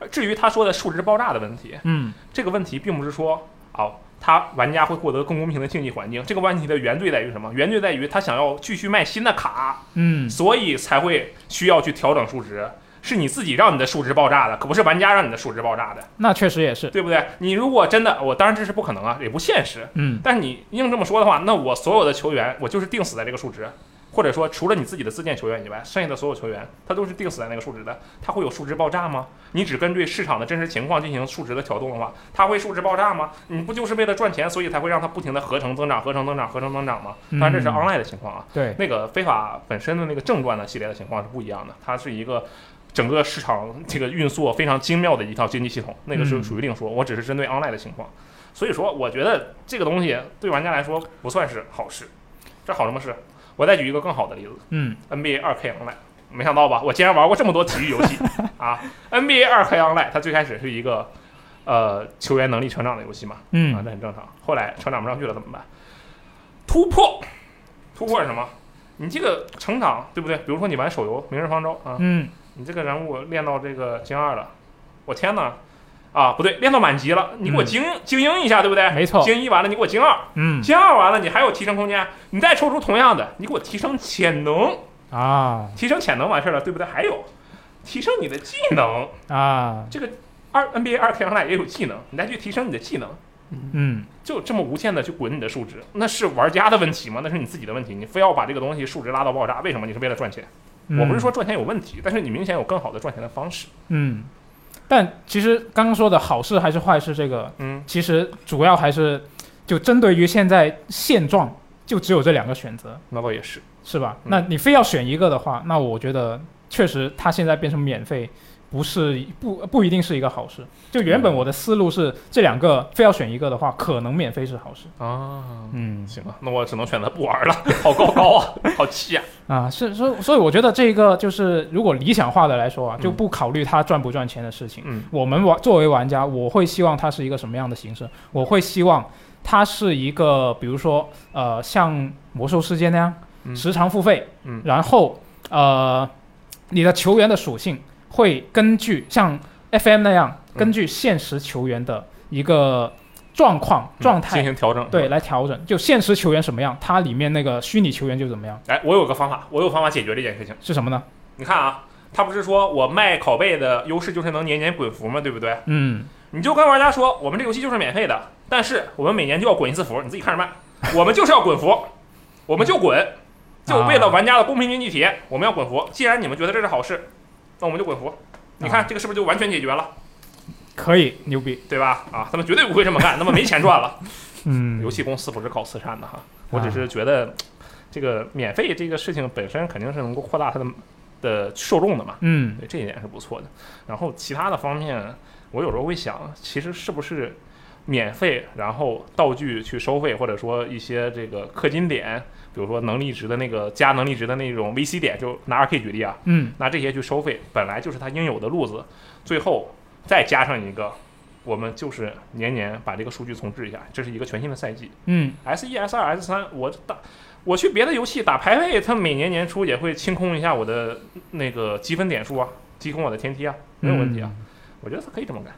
呃至于他说的数值爆炸的问题，嗯，这个问题并不是说哦，他玩家会获得更公平的竞技环境。这个问题的原罪在于什么？原罪在于他想要继续卖新的卡，嗯，所以才会需要去调整数值。是你自己让你的数值爆炸的，可不是玩家让你的数值爆炸的，那确实也是，对不对？你如果真的，我当然这是不可能啊，也不现实。嗯但你硬这么说的话，那我所有的球员，我就是定死在这个数值，或者说除了你自己的自建球员以外，剩下的所有球员，他都是定死在那个数值的。他会有数值爆炸吗？你只根据市场的真实情况进行数值的调动的话，他会数值爆炸吗？你不就是为了赚钱，所以才会让它不停的合成增长、合成增长、合成增长吗？当然这是嗯 online 的情况啊，对，那个非法本身的那个正传的系列的情况是不一样的，它是一个整个市场这个运作非常精妙的一套经济系统，那个是嗯属于另说，我只是针对 online 的情况，所以说我觉得这个东西对玩家来说不算是好事，这好什么事？我再举一个更好的例子嗯，NBA 2 K Online，没想到吧？我竟然玩过这么多体育游戏啊！NBA 2 K Online 它最开始是一个呃球员能力成长的游戏嘛，啊，嗯这很正常。后来成长不上去了怎么办？突破，突破是什么？你这个成长对不对？比如说你玩手游《明日方舟》啊，嗯你这个人物练到这个精二了，我天哪！啊，不对，练到满级了，你给我嗯精、精英一下，对不对？没错精一完了，你给我精二，嗯精二完了，你还有提升空间，你再抽出同样的，你给我提升潜能，啊提升潜能完事儿了，对不对？还有，提升你的技能，啊二 NBA 二 K 上来也有技能，你再去提升你的技能，嗯就这么无限的去滚你的数值，那是玩家的问题吗？那是你自己的问题，你非要把这个东西数值拉到爆炸，为什么？你是为了赚钱？嗯我不是说赚钱有问题，但是你明显有更好的赚钱的方式。嗯，但其实刚刚说的好事还是坏事，这个嗯，其实主要还是就针对于现在现状，就只有这两个选择，那倒也是。是吧？嗯那你非要选一个的话，那我觉得确实它现在变成免费，不是不不一定是一个好事。就原本我的思路是这两个非要选一个的话，可能免费是好事。啊，嗯行吧，那我只能选择不玩了， 好高高啊，好气啊！啊，是所以所以我觉得这个就是如果理想化的来说啊，嗯就不考虑它赚不赚钱的事情。嗯我们玩作为玩家，我会希望它是一个什么样的形式？我会希望它是一个，比如说呃，像《魔兽世界》那样嗯时常付费，嗯然后呃，你的球员的属性会根据像 FM 那样，嗯根据现实球员的一个状况、状态嗯进。行调整。对，，来调整，就现实球员什么样，它里面那个虚拟球员就怎么样，哎，我有个方法，我有方法解决这件事情。是什么呢？你看啊，他不是说我卖拷贝的优势就是能年年滚服吗？对不对？嗯，你就跟玩家说，我们这游戏就是免费的，但是我们每年就要滚一次服，你自己看着办。我们就是要滚服，我们就滚，就为了玩家的公平经济体验，我们要滚服。既然你们觉得这是好事，那我们就滚服。你看这个是不是就完全解决了，可以，牛逼。对吧？啊，他们绝对不会这么干，那么没钱赚了。嗯游戏公司不是搞慈善的哈，我只是觉得这个免费这个事情本身肯定是能够扩大它的的受众的嘛。嗯对，这一点是不错的。然后其他的方面，我有时候会想，其实是不是免费，然后道具去收费，或者说一些这个氪金点，比如说能力值的那个加能力值的那种 VC 点，就拿 2K 举例啊，嗯拿这些去收费，本来就是它应有的路子，最后再加上一个。我们就是年年把这个数据重置一下，这是一个全新的赛季嗯，S 一、S 二、S 三，我打我去别的游戏打排位，它每年年初也会清空一下我的那个积分点数啊，提供我的天梯啊，没有问题啊。嗯我觉得他可以这么干。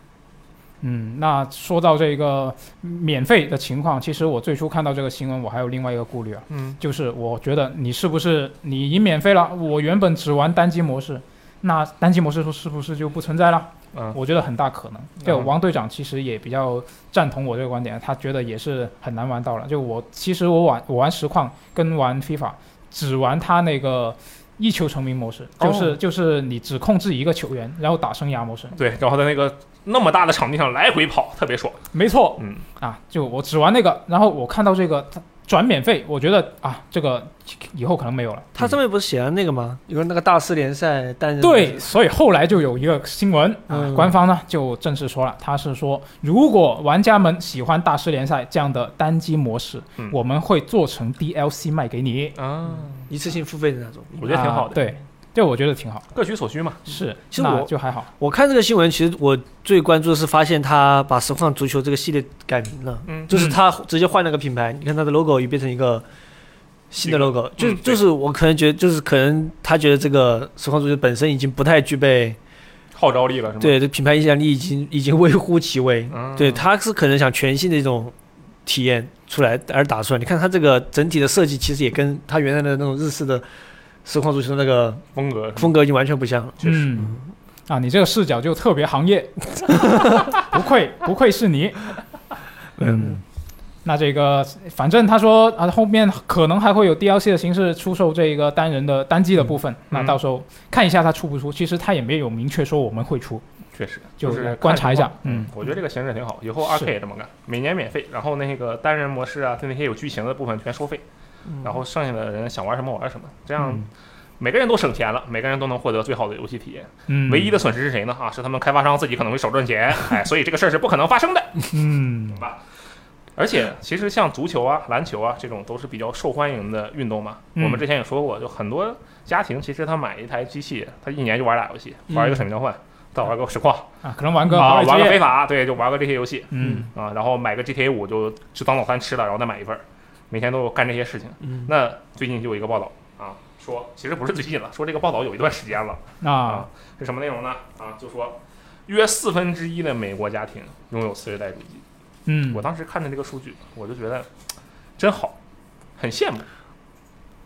嗯，那说到这个免费的情况，其实我最初看到这个新闻，我还有另外一个顾虑啊，嗯就是我觉得你是不是你已经免费了？我原本只玩单机模式，那单机模式是不是就不存在了？嗯我觉得很大可能。对，嗯王队长其实也比较赞同我这个观点，他觉得也是很难玩到了。就我其实我玩我玩实况跟玩 FIFA 只玩他那个一球成名模式，就是、哦就是你只控制一个球员，然后打生涯模式。对，然后在那个那么大的场地上来回跑，特别爽。没错嗯，啊，就我只玩那个，然后我看到这个它转免费，我觉得啊，这个以后可能没有了。嗯他上面不是写了那个吗？有个那个大师联赛单人对，所以后来就有一个新闻，啊嗯，官方呢就正式说了，他是说，如果玩家们喜欢大师联赛这样的单机模式，嗯我们会做成 DLC 卖给你，啊，一次性付费的那种。我觉得挺好的啊对，这我觉得挺好，各取所需嘛。是，嗯其实那我就还好，我看这个新闻，其实我最关注的是发现他把实况足球这个系列改名了，嗯就是他直接换了个品牌。你看他的 logo 也变成一个新的 logo，就嗯就是我可能觉得，就是可能他觉得这个实况足球本身已经不太具备，号召力了是吗？，对这品牌影响力已经已经微乎其微。嗯、 对，他是可能想全新的一种体验出来而打算。你看他这个整体的设计，其实也跟他原来的那种日式的实况足球的那个风格是吗风格已经完全不像了。确实嗯啊，你这个视角就特别 行业，不愧不愧是你。嗯，那这个，呃反正他说啊，后面可能还会有 DLC 的形式出售这个单人的单机的部分，那到时候看一下他出不出。其实他也没有明确说我们会出，确实就是观察一下看情况嗯，我觉得这个形式挺好，以后 RK 也这么干，每年免费，然后那个单人模式啊，就那些有剧情的部分全收费，然后剩下的人想玩什么玩什么，这样嗯每个人都省钱了，每个人都能获得最好的游戏体验。嗯，唯一的损失是谁呢？啊，是他们开发商自己可能会少赚钱，哎，所以这个事儿是不可能发生的。嗯而且，其实像足球啊、篮球啊这种都是比较受欢迎的运动嘛。嗯我们之前也说过，就很多家庭其实他买一台机器，他一年就玩俩游戏，嗯玩一个使命召唤，再玩个实况，啊，可能玩个华啊，尔街玩个非法，对，就玩个这些游戏嗯啊，然后买个 GTA 五就就当早餐吃了，然后再买一份儿，每天都干这些事情。嗯那最近就有一个报道啊，说其实不是最近了，说这个报道有一段时间了。啊，是什么内容呢？啊，就说约四分之一的美国家庭拥有次世代主机。嗯我当时看着这个数据，我就觉得真好，很羡慕。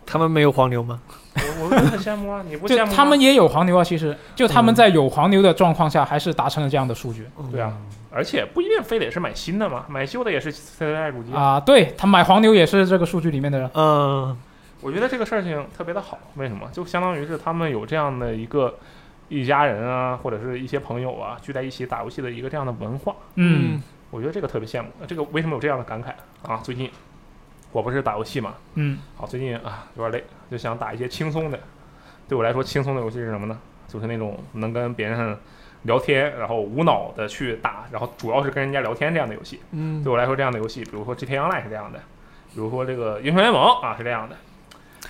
他们没有黄牛吗？我我很羡慕啊，你不羡就慕吗？他们也有黄牛啊，其实就他们在有黄牛的状况下，还是达成了这样的数据对啊，而且不一定非得是买新的嘛，买旧的也是次世代主机。啊。对他买黄牛也是这个数据里面的人，嗯，我觉得这个事情特别的好，为什么？就相当于是他们有这样的一个一家人啊，或者是一些朋友啊，聚在一起打游戏的一个这样的文化。嗯我觉得这个特别羡慕。呃这个为什么有这样的感慨啊？最近我不是打游戏嘛，嗯好，最近啊有点累，就想打一些轻松的。对我来说，轻松的游戏是什么呢？就是那种能跟别人聊天，然后无脑的去打，然后主要是跟人家聊天这样的游戏。嗯对我来说，这样的游戏，比如说 GTA Online 是这样的，比如说这个英雄联盟啊是这样的。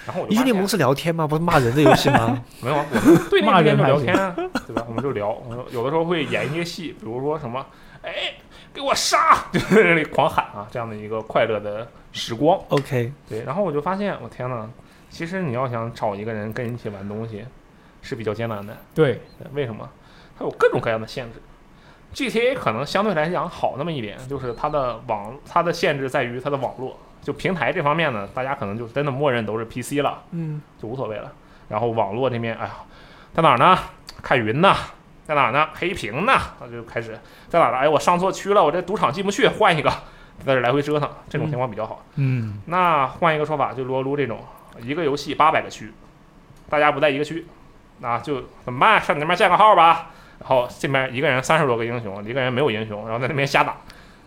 然后我就英雄联盟发现是聊天吗？不是骂人的游戏 吗？没有啊，我 们对骂那人边就还聊行天啊，对吧？我们就聊，我们有的时候会演一些戏，比如说什么，哎，给我杀， 就在那里狂喊啊，这样的一个快乐的时光。 OK，对，然后我就发现，我天呐，其实你要想找一个人跟你一起玩东西，是比较艰难的。对，对为什么？它有各种各样的限制。GTA 可能相对来讲好那么一点，就是它的网，它的限制在于它的网络，就平台这方面呢，大家可能就真的默认都是 PC 了，嗯，就无所谓了。然后网络这边，哎呀，在哪儿呢？看云呐，在哪儿呢？黑屏呐，啊就开始在哪儿了？哎，我上错区了，我这赌场进不去，换一个，在这儿来回折腾，这种情况比较好。嗯那换一个说法，就撸啊撸这种，一个游戏八百个区，大家不在一个区，那就怎么办？上你那边建个号吧。然后这边一个人三十多个英雄，一个人没有英雄，然后在那边瞎打，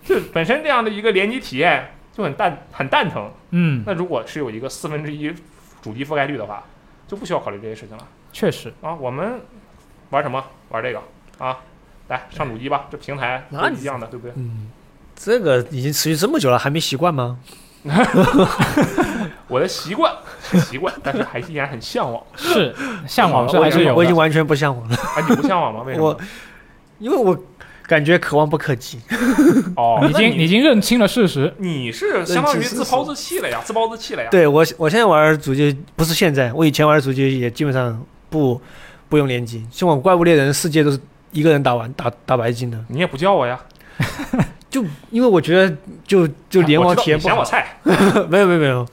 就本身这样的一个联机体验就很蛋很蛋疼。嗯，那如果是有一个四分之一主机覆盖率的话，就不需要考虑这些事情了确实，啊。我们玩什么？玩这个啊？来上主机吧，这平台都那你一样的，对不对？这个已经持续这么久了，还没习惯吗？我的习惯是习惯，但是还依然很向往 是向往是我还已是经有我已的经完全不向往了。啊。你不向往吗？为什么？我因为我感觉可望不可及。哦，已经你已经认清了事实，你是相当于自抛自弃了呀，自暴自弃了呀。对我，我现在玩主机不是现在，我以前玩主机也基本上不不用联机，像我怪物猎人世界都是一个人打完打打白金的，你也不叫我呀，啊就因为我觉得就就联我网知道体验你不嫌我好，菜， 没有没有没有，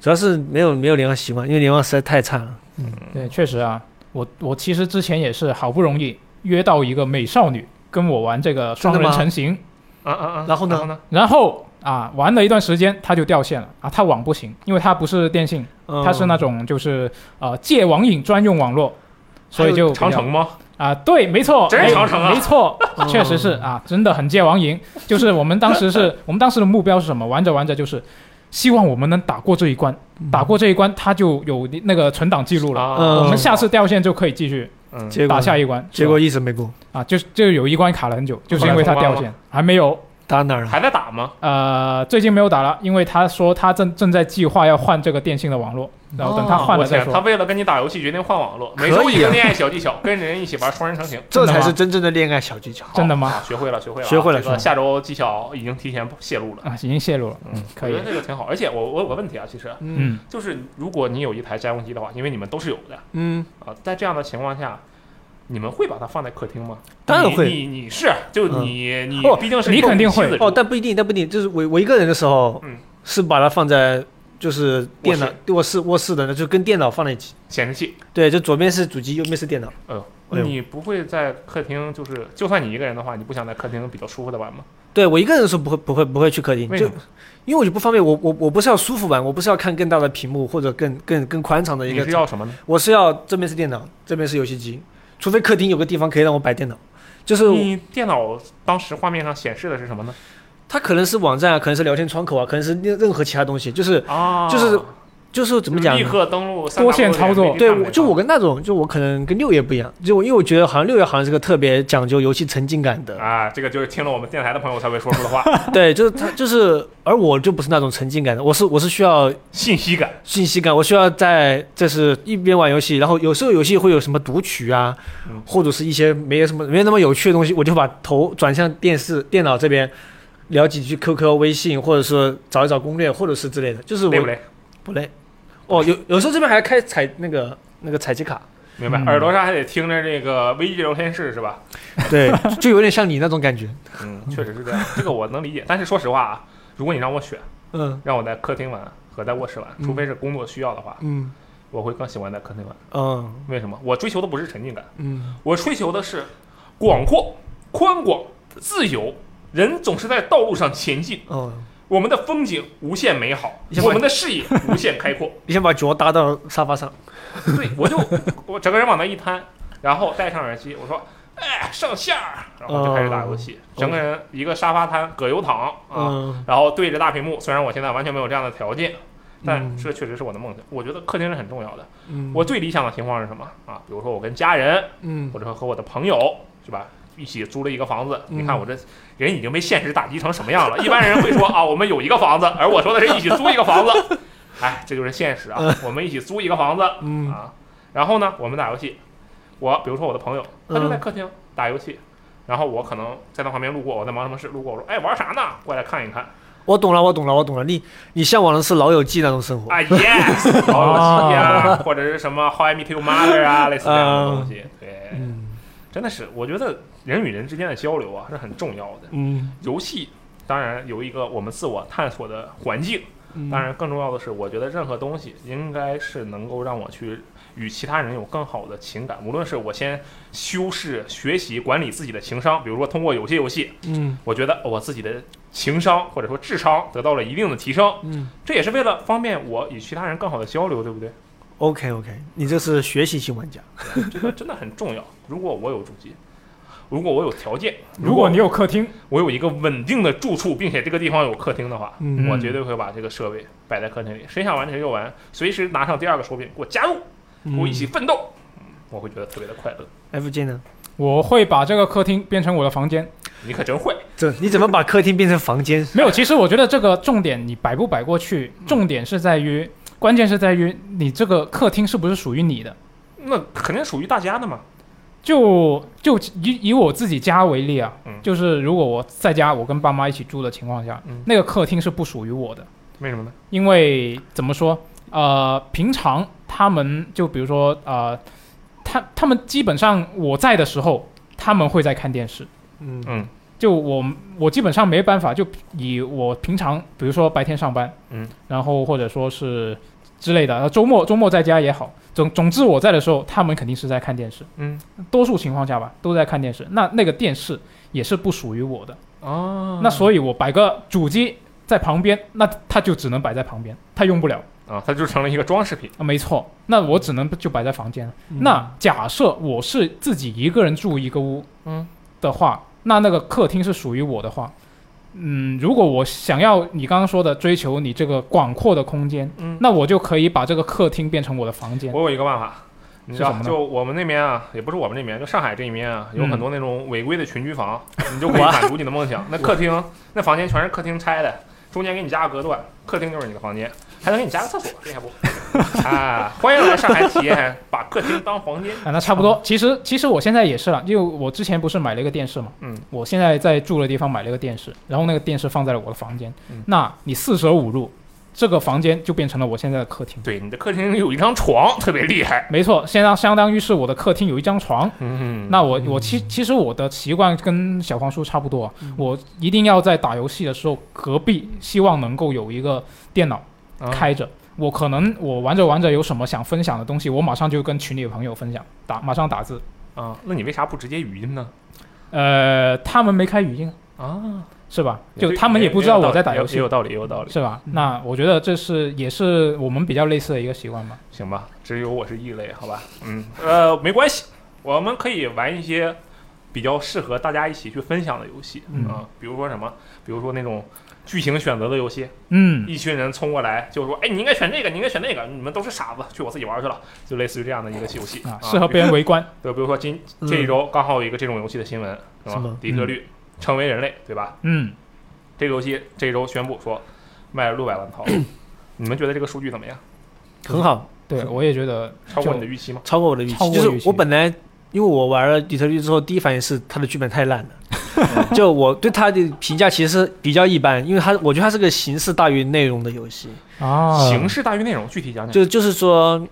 主要是没有没有联网习惯，因为联网实在太差了。对，确实啊，我我其实之前也是好不容易约到一个美少女跟我玩这个双真人的吗成型，啊啊啊！然后呢然后呢？然后啊玩了一段时间，她就掉线了啊，她网不行，因为她不是电信，嗯它是那种就是呃戒网瘾专用网络，所以就比较长城吗？啊、对，没错， 真是哎长城啊没 错，嗯确实是啊，真的很戒网瘾。就是我们当时是我们当时的目标是什么？玩着玩着就是希望我们能打过这一关，打过这一关它就有那个存档记录了，啊嗯我们下次掉线就可以继续嗯结果打下一关。结果一直没过，啊，就是就有一关卡了很久，就是因为它掉后来通关线还没有，打哪儿了？还在打吗？呃，最近没有打了，因为他说他正正在计划要换这个电信的网络，然后等他换啊我了再天，他说。为了跟你打游戏决定换网络，每可周以啊一个恋爱小技巧，跟人一起玩双人成行。真这的吗才是真正的恋爱小技巧。真的吗啊学会了，学会了啊，学会了这学会个了下周技巧已经提前泄露了。啊，已经泄露了，嗯，可以我觉得这个挺好。而且我我有个问题啊，其实嗯，就是如果你有一台家用机的话，因为你们都是有的嗯，啊，在这样的情况下。你们会把它放在客厅吗？当然你会你你是啊就你你哦毕竟是嗯你肯定会哦，但不一定，但不一定，就是我我一个人的时候，嗯是把它放在就是电脑卧室卧室的，就跟电脑放在一起。显示器，对，就左边是主机，右边是电脑。哎呦，哎呦你不会在客厅就是，就算你一个人的话，你不想在客厅比较舒服的玩吗？对我一个人的时候不会不会不会去客厅，为就什么因为我就不方便，我我我不是要舒服玩，我不是要看更大的屏幕或者更更更宽敞的一你个是，要什么呢？我是要这边是电脑，这边是游戏机，除非客厅有个地方可以让我摆电脑，就是你电脑当时画面上显示的是什么呢？它可能是网站啊，可能是聊天窗口啊，可能是任任何其他东西，就是啊，就是就是怎么讲立呢？刻登录多线操作对，我就我跟那种，就我可能跟六爷不一样，就我因为我觉得好像六爷好像是个特别讲究游戏沉浸感的，啊，这个就是听了我们电台的朋友才会说出 的话，对，就是他就是，而我就不是那种沉浸感的，我是我是需要信息感。信息感，我需要在这是一边玩游戏，然后有时候游戏会有什么读取啊，嗯或者是一些没什么没那么有趣的东西，我就把头转向电视、电脑这边，聊几句 QQ、微信，或者是找一找攻略，或者是之类的，就是我累不累？不累。哦，有有时候这边还开采那个那个采集 卡，明白，嗯耳朵上还得听着这个危机聊天室是吧？对，就有点像你那种感觉。嗯，确实是这样，这个我能理解。但是说实话啊，如果你让我选，嗯让我在客厅玩和在卧室玩，嗯除非是工作需要的话，嗯我会更喜欢在客厅玩。嗯为什么？我追求的不是沉浸感，嗯，我追求的是广阔、宽广、自由。人总是在道路上前进，哦，我们的风景无限美好你，先把我们的视野无限开阔。你想把脚搭到沙发上，对，我就我整个人往那一摊，然后戴上耳机，我说。哎，上线儿，然后就开始打游戏，哦整个人一个沙发摊葛优躺啊，嗯，然后对着大屏幕。虽然我现在完全没有这样的条件，但嗯这确实是我的梦想。我觉得客厅是很重要的。嗯我最理想的情况是什么啊？比如说我跟家人，嗯或者说和我的朋友，是吧？一起租了一个房子，嗯你看我这人已经被现实打击成什么样了？一般人会 说啊，我们有一个房子，而我说的是一起租一个房子。哎，这就是现实啊！我们一起租一个房子，嗯啊，然后呢，我们打游戏，我比如说我的朋友，嗯他就在客厅打游戏，然后我可能在他旁边路过，我在忙什么事，路过我说，哎，玩啥呢？过来看一看。我懂了，我懂了，我懂了。你你向往的是老友记那种生活，啊，yes，好游戏啊，或者是什么 How I Met Your Mother 啊，类似这样的东西。对，嗯真的是，我觉得人与人之间的交流啊是很重要的。嗯，游戏当然有一个我们自我探索的环境，嗯当然，更重要的是，我觉得任何东西应该是能够让我去与其他人有更好的情感，无论是我先修饰、学习、管理自己的情商，比如说通过有些游戏，嗯我觉得我自己的情商或者说智商得到了一定的提升，嗯这也是为了方便我与其他人更好的交流，对不对？ ，OK OK，你这是学习型玩家，这个真的很重要。如果我有主机，如果我有条件，如果你有客厅，我有一个稳定的住处，并且这个地方有客厅的话，嗯我绝对会把这个设备摆在客厅里，谁想玩谁就玩，随时拿上第二个手柄给我加入。跟我一起奋斗，嗯我会觉得特别的快乐。 FJ 嗯呢？我会把这个客厅变成我的房间。你可真会，这你怎么把客厅变成房间？没有，其实我觉得这个重点你摆不摆过去，重点是在于，关键是在于你这个客厅是不是属于你的。那肯定属于大家的嘛。就就以以我自己家为例啊，嗯就是如果我在家，我跟爸妈一起住的情况下，嗯那个客厅是不属于我的，为什么呢？因为怎么说，呃，平常他们就比如说呃，他他们基本上我在的时候，他们会在看电视，嗯嗯就我我基本上没办法，就以我平常比如说白天上班，嗯，然后或者说是之类的，然后呃周末周末在家也好，总总之我在的时候，他们肯定是在看电视，嗯多数情况下吧都在看电视，那那个电视也是不属于我的，哦嗯那所以我摆个主机在旁边，那它就只能摆在旁边，它用不了，啊，它就成了一个装饰品。啊没错，那我只能就摆在房间了。嗯那假设我是自己一个人住一个屋，嗯，的话，那那个客厅是属于我的话，嗯，如果我想要你刚刚说的追求你这个广阔的空间，嗯那我就可以把这个客厅变成我的房间。我有一个办法，你知道是什，么呢就我们那边啊，也不是我们那边，就上海这一面啊，有嗯很多那种违规的群居 房，你就可以满足你的梦想。那客厅，那房间全是客厅拆的，中间给你加个隔断，客厅就是你的房间，还能给你加个厕所，厉害不？啊，欢迎来上海体验，把客厅当房间。 啊，那差不多。其实其实我现在也是了，因为我之前不是买了一个电视嘛，嗯，我现在在住的地方买了一个电视，然后那个电视放在了我的房间。嗯那你四舍五入，这个房间就变成了我现在的客厅。对，你的客厅有一张床，特别厉害。没错，现在相当于是我的客厅有一张床。嗯，嗯那我我其其实我的习惯跟小黄叔差不多啊，我一定要在打游戏的时候，隔壁希望能够有一个电脑啊开着。我可能我玩着玩着有什么想分享的东西，我马上就跟群里的朋友分享，打马上打字。啊，那你为啥不直接语音呢？呃，他们没开语音，啊，是吧？就他们也不知道我在打游也戏有，嗯道理，也有道理，是吧？那我觉得这是也是我们比较类似的一个习惯吧。行吧？只有我是异类，好吧？嗯，呃，没关系，我们可以玩一些比较适合大家一起去分享的游戏啊、嗯比如说什么，比如说那种剧情选择的游戏，嗯，一群人冲过来就说：“哎，你应该选这个，你应该选那个，你们都是傻子，去我自己玩去了。”就类似于这样的一个游戏啊，适合别嗯人围 观。对，比如说今这一周刚好有一个这种游戏的新闻，是什吧么？底特律成为人类，对吧？嗯，这个游戏这周宣布说卖了六百万 套，你们觉得这个数据怎么样？嗯很好，对，我也觉得超过你的就预期吗？超过我的预超期。过就预期是我本来因为我玩了底特律之后，第一反应是他的剧本太烂了， 就我对他的评价其实是比较一般，因为他我觉得他是个形式大于内容的游戏，啊，形式大于内容，具体嗯讲讲。就就是说。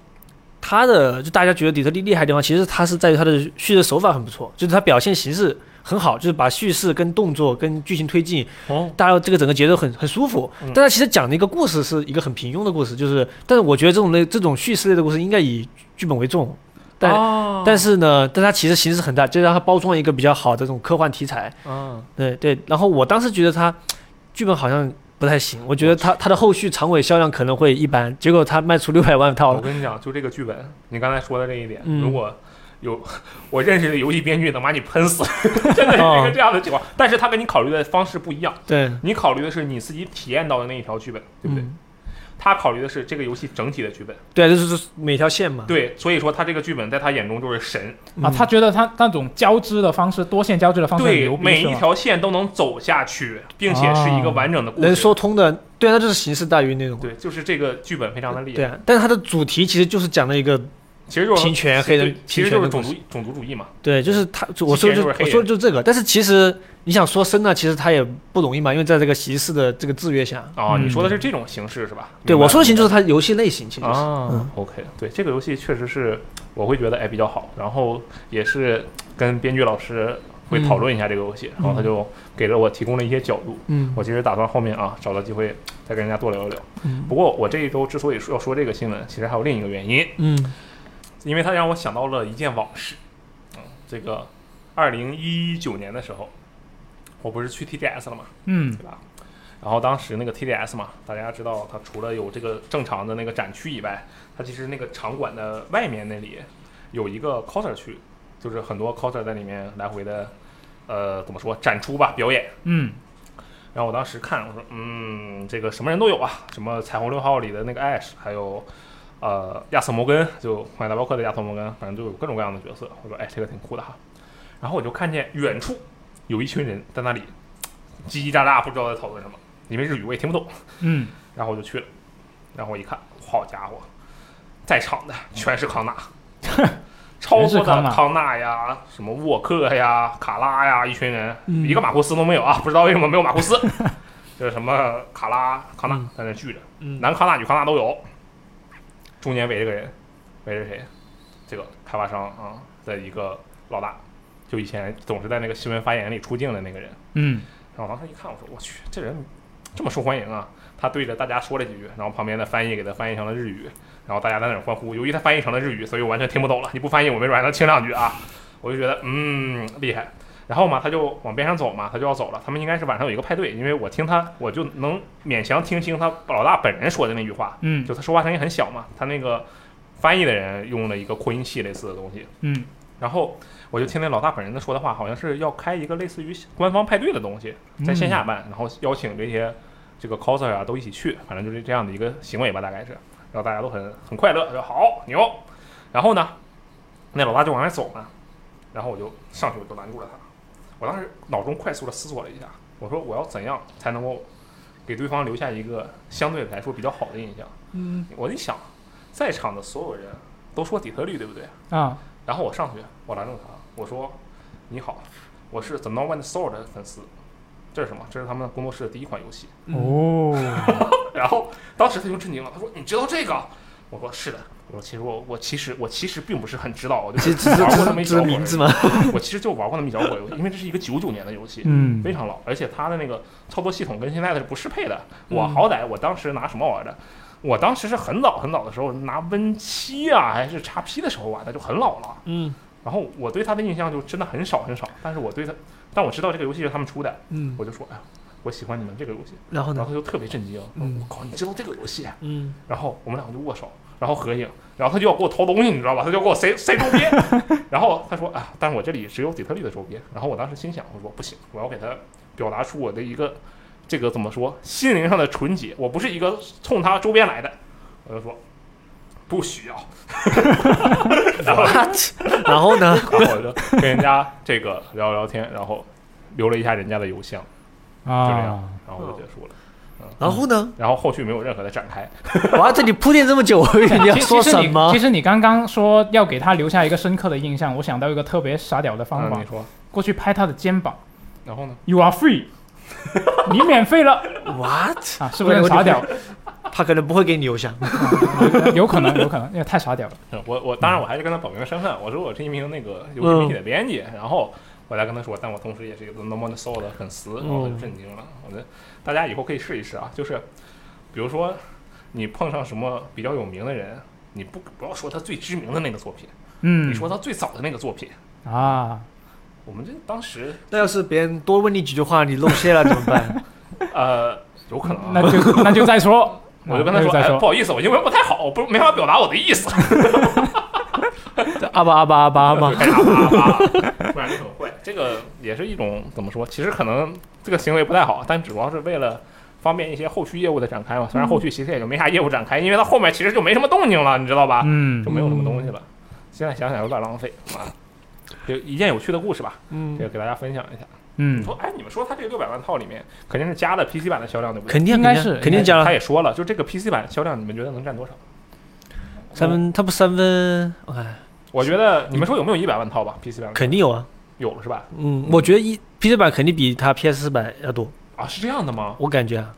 他的就大家觉得底特律厉害的地方，其实他是在于他的叙事手法很不错，就是他表现形式很好，就是把叙事跟动作跟剧情推进哦，大家这个整个节奏很很舒服嗯，但它其实讲的一个故事是一个很平庸的故事，就是，但是我觉得这种类这种叙事类的故事应该以剧本为重，但、哦但是呢，但它其实形式很大，就让它包装一个比较好的这种科幻题材，嗯，对对。然后我当时觉得它剧本好像不太行，我觉得它它的后续长尾销量可能会一般，结果它卖出 六百万套我了，跟你讲，就这个剧本，你刚才说的这一点，嗯如果有我认识的游戏编剧，能把你喷死， 真的是一哦个这样的情况。但是他跟你考虑的方式不一样，对，你考虑的是你自己体验到的那一条剧本，对不对？嗯他考虑的是这个游戏整体的剧本，对，就是每条线嘛，对，所以说他这个剧本在他眼中就是神，嗯啊，他觉得他那种交织的方式，多线交织的方式很对牛，逼，每是一吗条线都能走下去，并且是一个完整的故事。能哦说通的，对，它就是形式大于内容，对，就是这个剧本非常的厉对害，啊，但是它的主题其实就是讲了一个其实就是平权黑人对，其平实权就的是故种事族种族主义嘛。对，就是他，我说之前就就是黑我说人就这个，但是其实你想说深呢，其实他也不容易嘛，因为在这个形式的这个制约下，啊，你嗯说的是这种形式是吧？对我说的形就是是它游戏类型，其实是啊嗯，OK，对这个游戏确实是我会觉得哎比较好，然后也是跟编剧老师会讨论一下这个游戏，然后他就给了我提供了一些角度。嗯我其实打算后面啊找到机会再跟人家多聊一聊。嗯不过我这一周之所以说要说这个新闻，其实还有另一个原因，嗯因为它让我想到了一件往事。嗯，这个二零一九年的时候，我不是去 TGS 了吗？嗯对吧？然后当时那个 TDS 嘛，大家知道它除了有这个正常的那个展区以外，它其实那个场馆的外面那里有一个 coser 区，就是很多 coser 在里面来回的，呃，怎么说展出吧，表演。嗯然后我当时看，我说，嗯，这个什么人都有啊，什么彩虹六号里的那个 Ash，还有呃亚瑟摩根，就《荒野大镖客》的亚瑟摩根，反正就有各种各样的角色。我说，哎，这个挺酷的哈。然后我就看见远处有一群人在那里叽叽喳喳，不知道在讨论什么，因为日语我也听不懂。嗯，然后我就去了，然后我一看，好家伙，在场的全 是康纳，超嗯全是多康纳的康纳呀，什么沃克呀、卡拉呀，一群人，嗯一个马库斯都没 有啊，不知道为什么没有马库斯，这是什么卡拉、康纳嗯在那聚着，嗯男康纳、女康纳都有，中间围着个人，围着谁？这个开发商啊的一个老大，就以前总是在那个新闻发言里出镜的那个人。嗯，然后我当时一看，我说我去，这人这么受欢迎啊！他对着大家说了几句，然后旁边的翻译给他翻译成了日语，然后大家在那儿欢呼。由于他翻译成了日语，所以我完全听不懂了。你不翻译，我没准还能听两句啊！我就觉得嗯厉害。然后嘛，他就往边上走嘛，他就要走了。他们应该是晚上有一个派对，因为我听他，我就能勉强听清他老大本人说的那句话。嗯就他说话声音很小嘛，他那个翻译的人用了一个扩音器类似的东西，嗯然后我就听那老大本人的说的话，好像是要开一个类似于官方派对的东西，嗯在线下办，然后邀请这些这个 coser 啊都一起去，反正就是这样的一个行为吧，大概是，然后大家都很很快乐，说好牛。然后呢，那老大就往外走嘛，然后我就上去我就拦住了他。我当时脑中快速的思索了一下，我说我要怎样才能够给对方留下一个相对来说比较好的印象？嗯我一想，在场的所有人都说底特律，对不对？啊，然后我上去，我拦住他，我说：“你好，我是 The No One Soul 的粉丝，这是什么？这是他们工作室的第一款游戏。”哦，然后当时他就震惊了，他说：“你知道这个？”我说：“是的。”我说：“其实我我其实我其实并不是很知道，我就只只玩是过只那么是一只小是会名儿，字吗？ 我其实就玩过那么一小会儿游戏，因为这是一个九九年的游戏，嗯非常老，而且它的那个操作系统跟现在的是不适配的。嗯我好歹我当时拿什么玩的？我当时是很早很早的时候拿 Win 七啊，还是 x P 的时候玩的，就很老了。嗯然后我对它的印象就真的很少很少，但是我对它，但我知道这个游戏是他们出的，嗯，我就说，哎呀，我喜欢你们这个游戏。然后然后呢？他就特别震惊，嗯我靠，你知道这个游戏啊？ 嗯，然后我们两个就握手，然后合影，然后他就要给我掏东西，你知道吧？他就要给我塞塞周边，然后他说啊，但是我这里只有底特律的周边。然后我当时心想，我说不行，我要给他表达出我的一个这个怎么说，心灵上的纯洁，我不是一个冲他周边来的。我就说不需要， 然后然后呢？然后 我就跟人家这个聊聊天，然后留了一下人家的邮箱，就这样啊，，然后就结束了。然后呢？然后后续没有任何的展开，哇，这里铺垫这么久，你 要其说其实什你么其？实你刚刚说要给他留下一个深刻的印象，我想到一个特别傻屌的方嗯，法你，说，过去拍他的肩膀然后呢？ ，You are free，你免费了 What？啊，是不是很傻屌？他可能不会给你邮箱。有可能，有可能，因为太傻屌了。嗯我我当然我还是跟他保明身份，我说我是一名那个嗯游戏媒体的编辑，然后我再跟他说，但我同时也是一个 No More Soul 的粉丝，然嗯后我就震惊了。我觉得大家以后可以试一试啊，就是比如说你碰上什么比较有名的人，你不不要说他最知名的那个作品，嗯你，说他最早的那个作品。啊，我们这 当时那要是别人多问你几句话，你露馅了怎么办？呃有可能、啊，那就那就再说。啊 我就跟他那说，再哎，不说，好意思，我英文不太好，我不没法表达我的意思。阿巴阿巴阿巴阿巴就。开始啊啊啊啊不然就很坏。这个也是一种怎么说？其实可能这个行为不太好，但主要是为了方便一些后续业务的展开嘛。虽然后续其实也就没啥业务展开，因为它后面其实就没什么动静了，你知道吧？嗯就，没有什么东西了。现在想想有点浪费啊。就一件有趣的故事吧，嗯这，个给大家分享一下。你嗯，说，哎，你们说它这个六百万套里面肯定是加了 PC 版的销量，对不对？肯定啊应该是肯定加他了也说了，就这个 PC 版销量，你们觉得能占多少？三分，他不三分，我看我觉得你们说有没有一百万套吧？PC 版肯定有啊。有了是吧？嗯，我觉得一 PC 版肯定比它 PS 版要多，啊，是这样的吗？我感觉啊，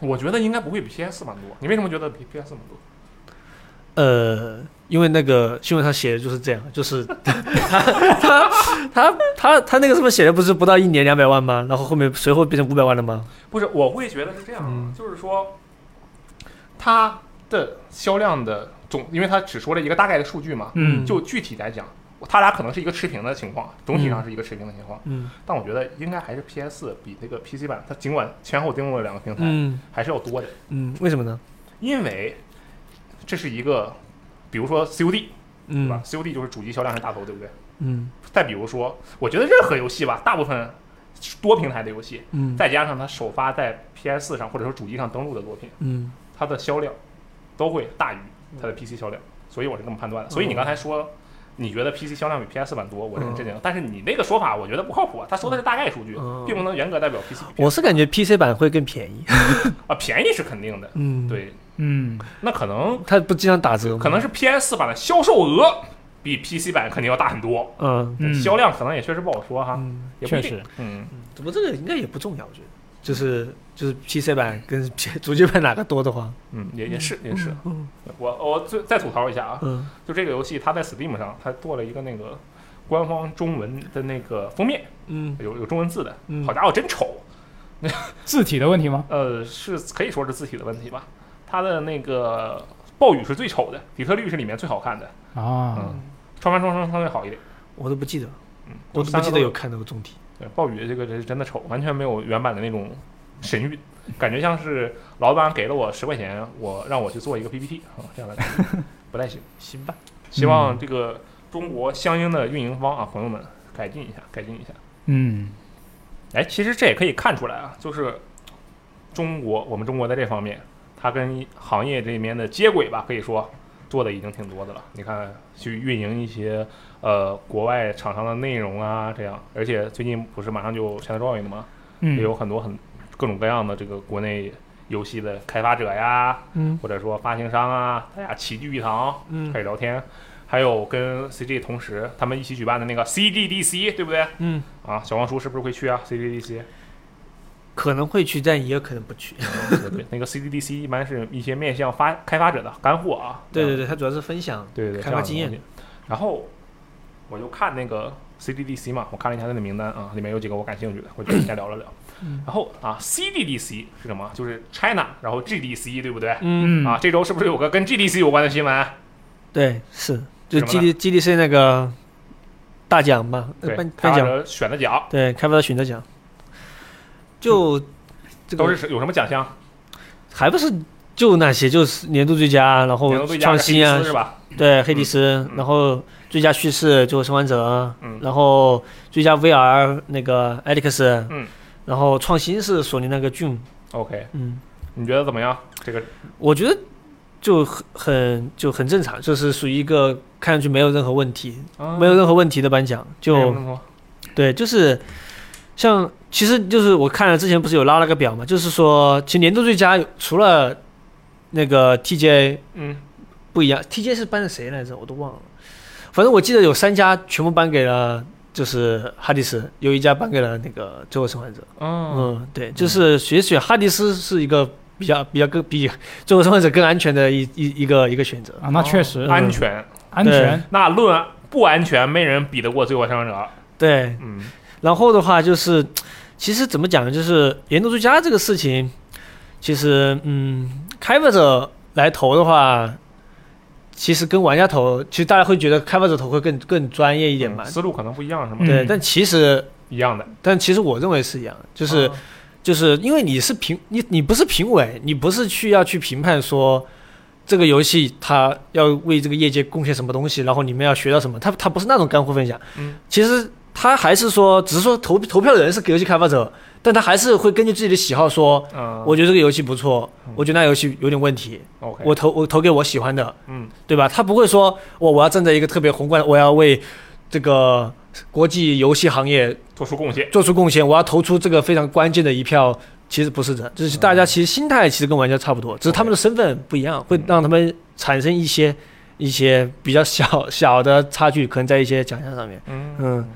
我觉得应该不会比 PS 蛮多。你为什么觉得比 PS 蛮多？呃，因为那个新闻上写的就是这样，就是 他他他他他那个上面写的不是不到一年两百万吗？然后后面随后变成五百万了吗？不是，我会觉得是这样，嗯就是说它的销量的总，因为它只说了一个大概的数据嘛，嗯，就具体来讲，它俩可能是一个持平的情况，总体上是一个持平的情况。嗯但我觉得应该还是 PS 比那个 PC 版，它尽管前后登陆了两个平台，嗯还是要多的，嗯，为什么呢？因为这是一个，比如说 COD 对吧、嗯 c o d 就是主机销量是大头，对不对？嗯再比如说，我觉得任何游戏吧，大部分多平台的游戏，嗯再加上它首发在 PS 上或者说主机上登陆的作品，嗯它的销量都会大于它的 PC 销量，所以我是这么判断嗯的。所以你刚才说你觉得 PC 销量比 PS 版多，我是很震惊的。但是你那个说法我觉得不靠谱啊，他说的是大概数据嗯，并不能严格代表 PC 比 PS。我是感觉 PC 版会更便宜。啊，便宜是肯定的，嗯，，对，嗯，那可能它不经常打折吗？可能是 PS 版的销售额比 PC 版肯定要大很多，嗯嗯销量可能也确实不好说哈，嗯，也不一定确实，嗯。怎么这个应该也不重要，我觉得就是就是 PC 版跟主机版哪个多的话，嗯，也也是也是，嗯我我最再吐槽一下啊，嗯就这个游戏，它在 Steam 上，它做了一个那个官方中文的那个封面，嗯有有中文字的，嗯好家伙，真丑。字体的问题吗？呃，是可以说是字体的问题吧。它的那个暴雨是最丑的，底特律是里面最好看的，啊，嗯，穿帆双生相对好一点。我都不记得，嗯，我都就三不个记得有看到过中题。对暴雨这个是真的丑，完全没有原版的那种神韵，感觉像是老板给了我十块钱，我让我去做一个 PPT 啊、这样的感觉 不太行。行吧，希望这个中国相应的运营方啊，朋友们改进一下，改进一下。嗯，哎，其实这也可以看出来啊，就是中国，我们中国在这方面，它跟行业这里面的接轨吧，可以说做的已经挺多的了。你看，去运营一些呃国外厂商的内容啊，这样。而且最近不是马上就 China Drawing 了吗？也有嗯，很多很各种各样的这个国内游戏的开发者呀，嗯或者说发行商啊，大家齐聚一堂嗯开始聊天。还有跟 CG 同时，他们一起举办的那个 CGDC，对不对？嗯，啊，小王叔是不是会去啊？CGDC， 可能会去，但也有可能不 去。对对，那个 CGDC 一般是一些面向发开发者的干货啊。对对对，它主要是分享。对对，开这发样的经东验西。然后我就看那个 CDDC 嘛，我看了一下它的名单啊，里面有几个我感兴趣的，我就先聊了聊。嗯然后啊，CDDC 是什么？就是 China，然后 GDC 对不对？嗯啊，这周是不是有个跟 GDC 有关的新闻？对，是就什么 G D G D C 那个大奖嘛，呃对颁，开颁发奖，者选的奖对，开发者选择奖，就这都个是有什么奖项？还不是就那些，就是年度最佳，然年度后最佳创是黑新啊迪斯，是吧？对，黑迪斯嗯，然后最佳叙事最后生还者嗯，然后最佳 V R 那个 Alex，嗯，然后创新是索尼那个 June， OK，嗯，你觉得怎么样？这个我觉得。就很很就很正常，就是属于一个看上去没有任何问题、没有任何问题的颁奖，就嗯没有那么多对，就是像其实就是我看了之前不是有拉了个表嘛，就是说其实年度最佳有除了那个 TJ 嗯不一样，TJ 是颁的谁来着？我都忘了，反正我记得有三家全部颁给了就是哈迪斯，有一家颁给了那个最后生还者。嗯嗯，对，就是选选哈迪斯是一个。比较比较更比最后生还者更安全的一一一个一个选择，啊，那确实哦安全，嗯安全，那论不安全，没人比得过《最后生还者》。对，嗯然后的话就是，其实怎么讲呢？就是呃研究最佳这个事情，其实嗯，开发者来投的话，其实跟玩家投，其实大家会觉得开发者投会更更专业一点嘛嗯。思路可能不一样是吗？对，嗯但其实一样的，但其实我认为是一样的，就是、啊就是因为你是评你你不是评委，你不是去要去评判说。这个游戏它要为这个业界贡献什么东西，然后你们要学到什么？它它不是那种干货分享，嗯其实它还是说，只是说投投票的人是给游戏开发者，但他还是会根据自己的喜好说，嗯，我觉得这个游戏不错嗯，我觉得那游戏有点问题， OK，我投我投给我喜欢的，嗯对吧？他不会说哦我我要站在一个特别宏观，我要为这个国际游戏行业做出贡献。做出贡献，我要投出这个非常关键的一票。其实不是的，就是大家其实心态其实跟玩家差不多，只是他们的身份不一样，会让他们产生一些一些比较小小的差距，可能在一些奖项上面，嗯嗯，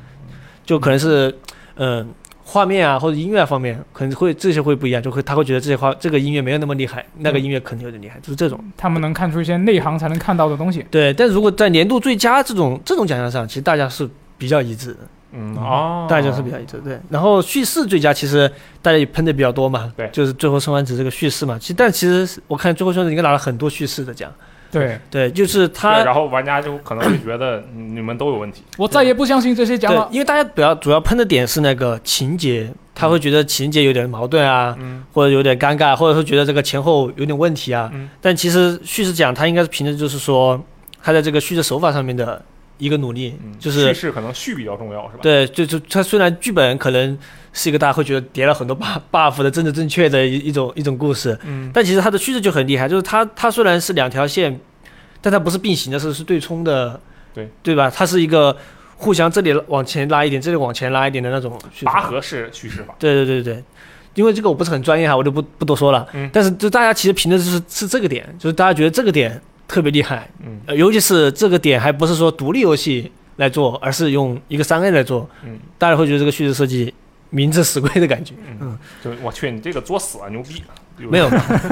就可能是嗯、呃画面啊或者音乐方面，可能会这些会不一样，就会他会觉得这些画这个音乐没有那么厉害，那个音乐可能有点厉害，就是这种。他们能看出一些内行才能看到的东西。对，但如果在年度最佳这种这种奖项上，其实大家是比较一致的。嗯哦，大家是比较一致对。然后叙事最佳其实大家也喷的比较多嘛，对就是《最后生还者》这个叙事嘛。其实但其实我看《最后生还者》应该拿了很多叙事的奖，对对，就是对，他然后玩家就可能会觉得嗯你们都有问题。我再也不相信这些讲对了，。因为大家比较主要喷的点是那个情节，他会觉得情节有点矛盾啊，嗯或者有点尴尬，或者说觉得这个前后有点问题啊。嗯但其实叙事奖他应该是凭着就是说他在这个叙事手法上面的一个努力，嗯，就是叙事可能序比较重要，是吧？，对，就就它虽然剧本可能是一个大家会觉得叠了很多 buff buff 的政治正确的一一种一种故事，嗯但其实它的叙事就很厉害，就是它它虽然是两条线，但它不是并行的，是是对冲的，对对吧？它是一个互相这里往前拉一点，这里往前拉一点的那种叙事拔河式叙事法。对对对对对，因为这个我不是很专业哈，我就不不多说了。嗯但是就大家其实评的就是是这个点，就是大家觉得这个点特别厉害，嗯呃，尤其是这个点还不是说独立游戏来做，而是用一个三 A 来做，嗯大家会觉得这个叙事设计名至实归的感 觉。嗯，就我去，你这个作死啊，牛逼！对吧 没有，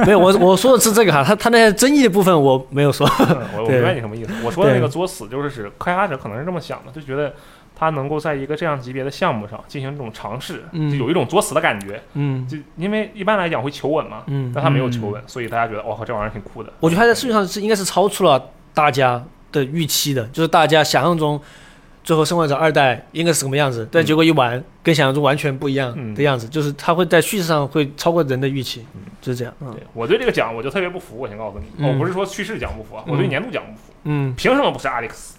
没有，我我说的是这个哈，他他那些争议的部分我没有说。嗯我我对明白你什么意思。我说的那对个作死，就是指开发者可能是这么想的，就觉得他能够在一个这样级别的项目上进行这种尝试，嗯就有一种作死的感觉。嗯就因为一般来讲会求稳嘛，嗯，但他没有求稳，所以大家觉得哇哦靠，这玩意儿挺酷的。我觉得他在数据上是应该是超出了大家的预期的，就是大家想象中《最后生还者二代》应该是什么样子，但结果一玩、跟想象中完全不一样的样子，就是他会在叙事上会超过人的预期，嗯就是这样。嗯嗯对我对这个奖我就特别不服，我先告诉你，嗯我不是说去世奖不服啊，我对年度奖不服，嗯，凭什么不是 Alex？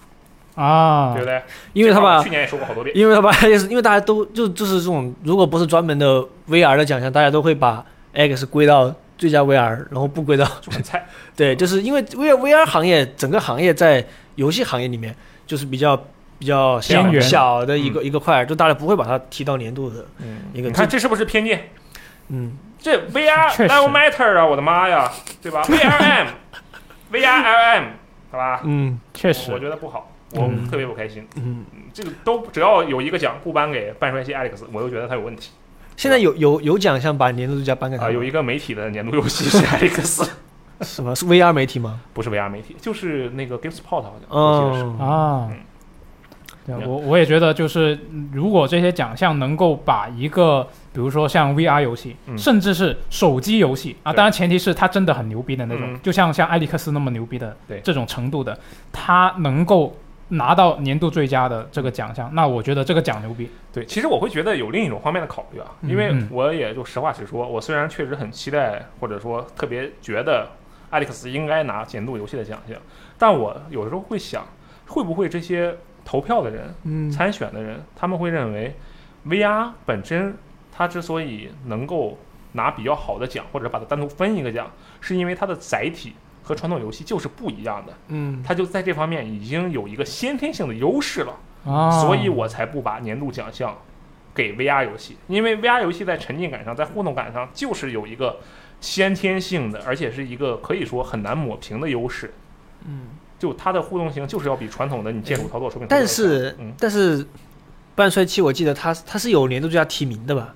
啊对不，对？因为他把去。年也说过好多遍，因为他把，因为大家都就就是这种，如果不是专门的 VR 的奖项，大家都会把 X 归到最佳 VR，然后不归到 就很菜。对，就是因为 VR VR 行业整个行业在游戏行业里面就是比较比较小边缘小的一个、一个块，就大家不会把它提到年度的。嗯，一个你看这是不是偏见？嗯，这 VR 确实 Live Matter 啊，我的妈呀，对吧？VRM、VRLM，好吧，嗯确我实，觉得不好，我嗯特别不开心。嗯，嗯这个都只要有一个奖不颁给半衰期 Alex，我就觉得他有问题现在有有有奖项把年度最佳颁给他啊。吗有一个媒体的年度游戏是 Alex，什么是 VR 媒体吗？不是 VR 媒体，就是那个 GameSpot 好像，我记得是。哦，啊嗯，对嗯我我也觉得就是，嗯如果这些奖项能够把一个，比如说像 VR 游戏，嗯甚至是手机游戏啊，对当然前提是它真的很牛逼的那种，嗯就像像艾利克斯那么牛逼的对这种程度的，它能够拿到年度最佳的这个奖项，那我觉得这个奖牛逼。对，其实我会觉得有另一种方面的考虑啊，嗯因为嗯我也就实话实说，我虽然确实很期待，或者说特别觉得 Alex 应该拿年度游戏的奖项，但我有时候会想，会不会这些投票的人、嗯参选的人，他们会认为 VR 本身它之所以能够拿比较好的奖，或者把它单独分一个奖，是因为它的载体和传统游戏就是不一样的，嗯，它就在这方面已经有一个先天性的优势了。啊，哦所以我才不把年度奖项给 VR 游戏，因为 VR 游戏在沉浸感上，在互动感上，就是有一个先天性的，而且是一个可以说很难抹平的优势。嗯，就它的互动性就是要比传统的你键鼠操作、手柄操作但要强。是、嗯，但是半衰期我记得他他是有年度最佳提名的吧？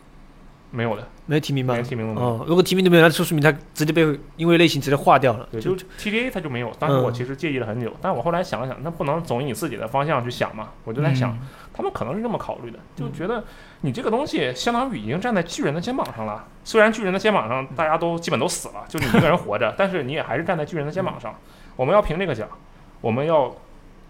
没有的，没有提名吧没？提名的嘛。哦，如果提名都没有，那就说明他直接被因为类型直接划掉了。对，就 TGA 它就没有。当嗯时我其实介意了很久，但我后来想了想，那不能总以你自己的方向去想嘛。我就在想，嗯他们可能是这么考虑的，就觉得你这个东西相当于已经站在巨人的肩膀上了。虽然巨人的肩膀上大家都基本都死了，就你一个人活着，但是你也还是站在巨人的肩膀上。我们要评这个奖，我们要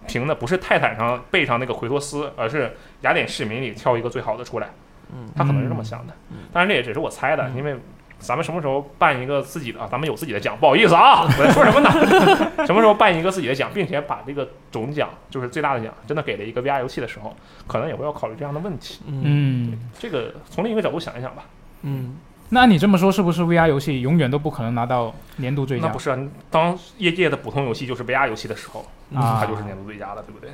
评的不是泰坦上背上那个奎托斯，而是雅典市民里挑一个最好的出来。嗯他可能是这么想的，当然这也只是我猜的，因为咱们什么时候办一个自己的啊？咱们有自己的奖，不好意思啊，我在说什么呢？什 么时候办一个自己的奖，并且把这个总奖，就是最大的奖，真的给了一个 VR 游戏的时候，可能也会要考虑这样的问题。嗯嗯，这个从另一个角度想一想吧，嗯，那按你这么说，是不是 VR 游戏永远都不可能拿到年度最那佳不？是啊？当业界的普通游戏就是 VR 游戏的时候，嗯啊它就是年度最佳了，对不对？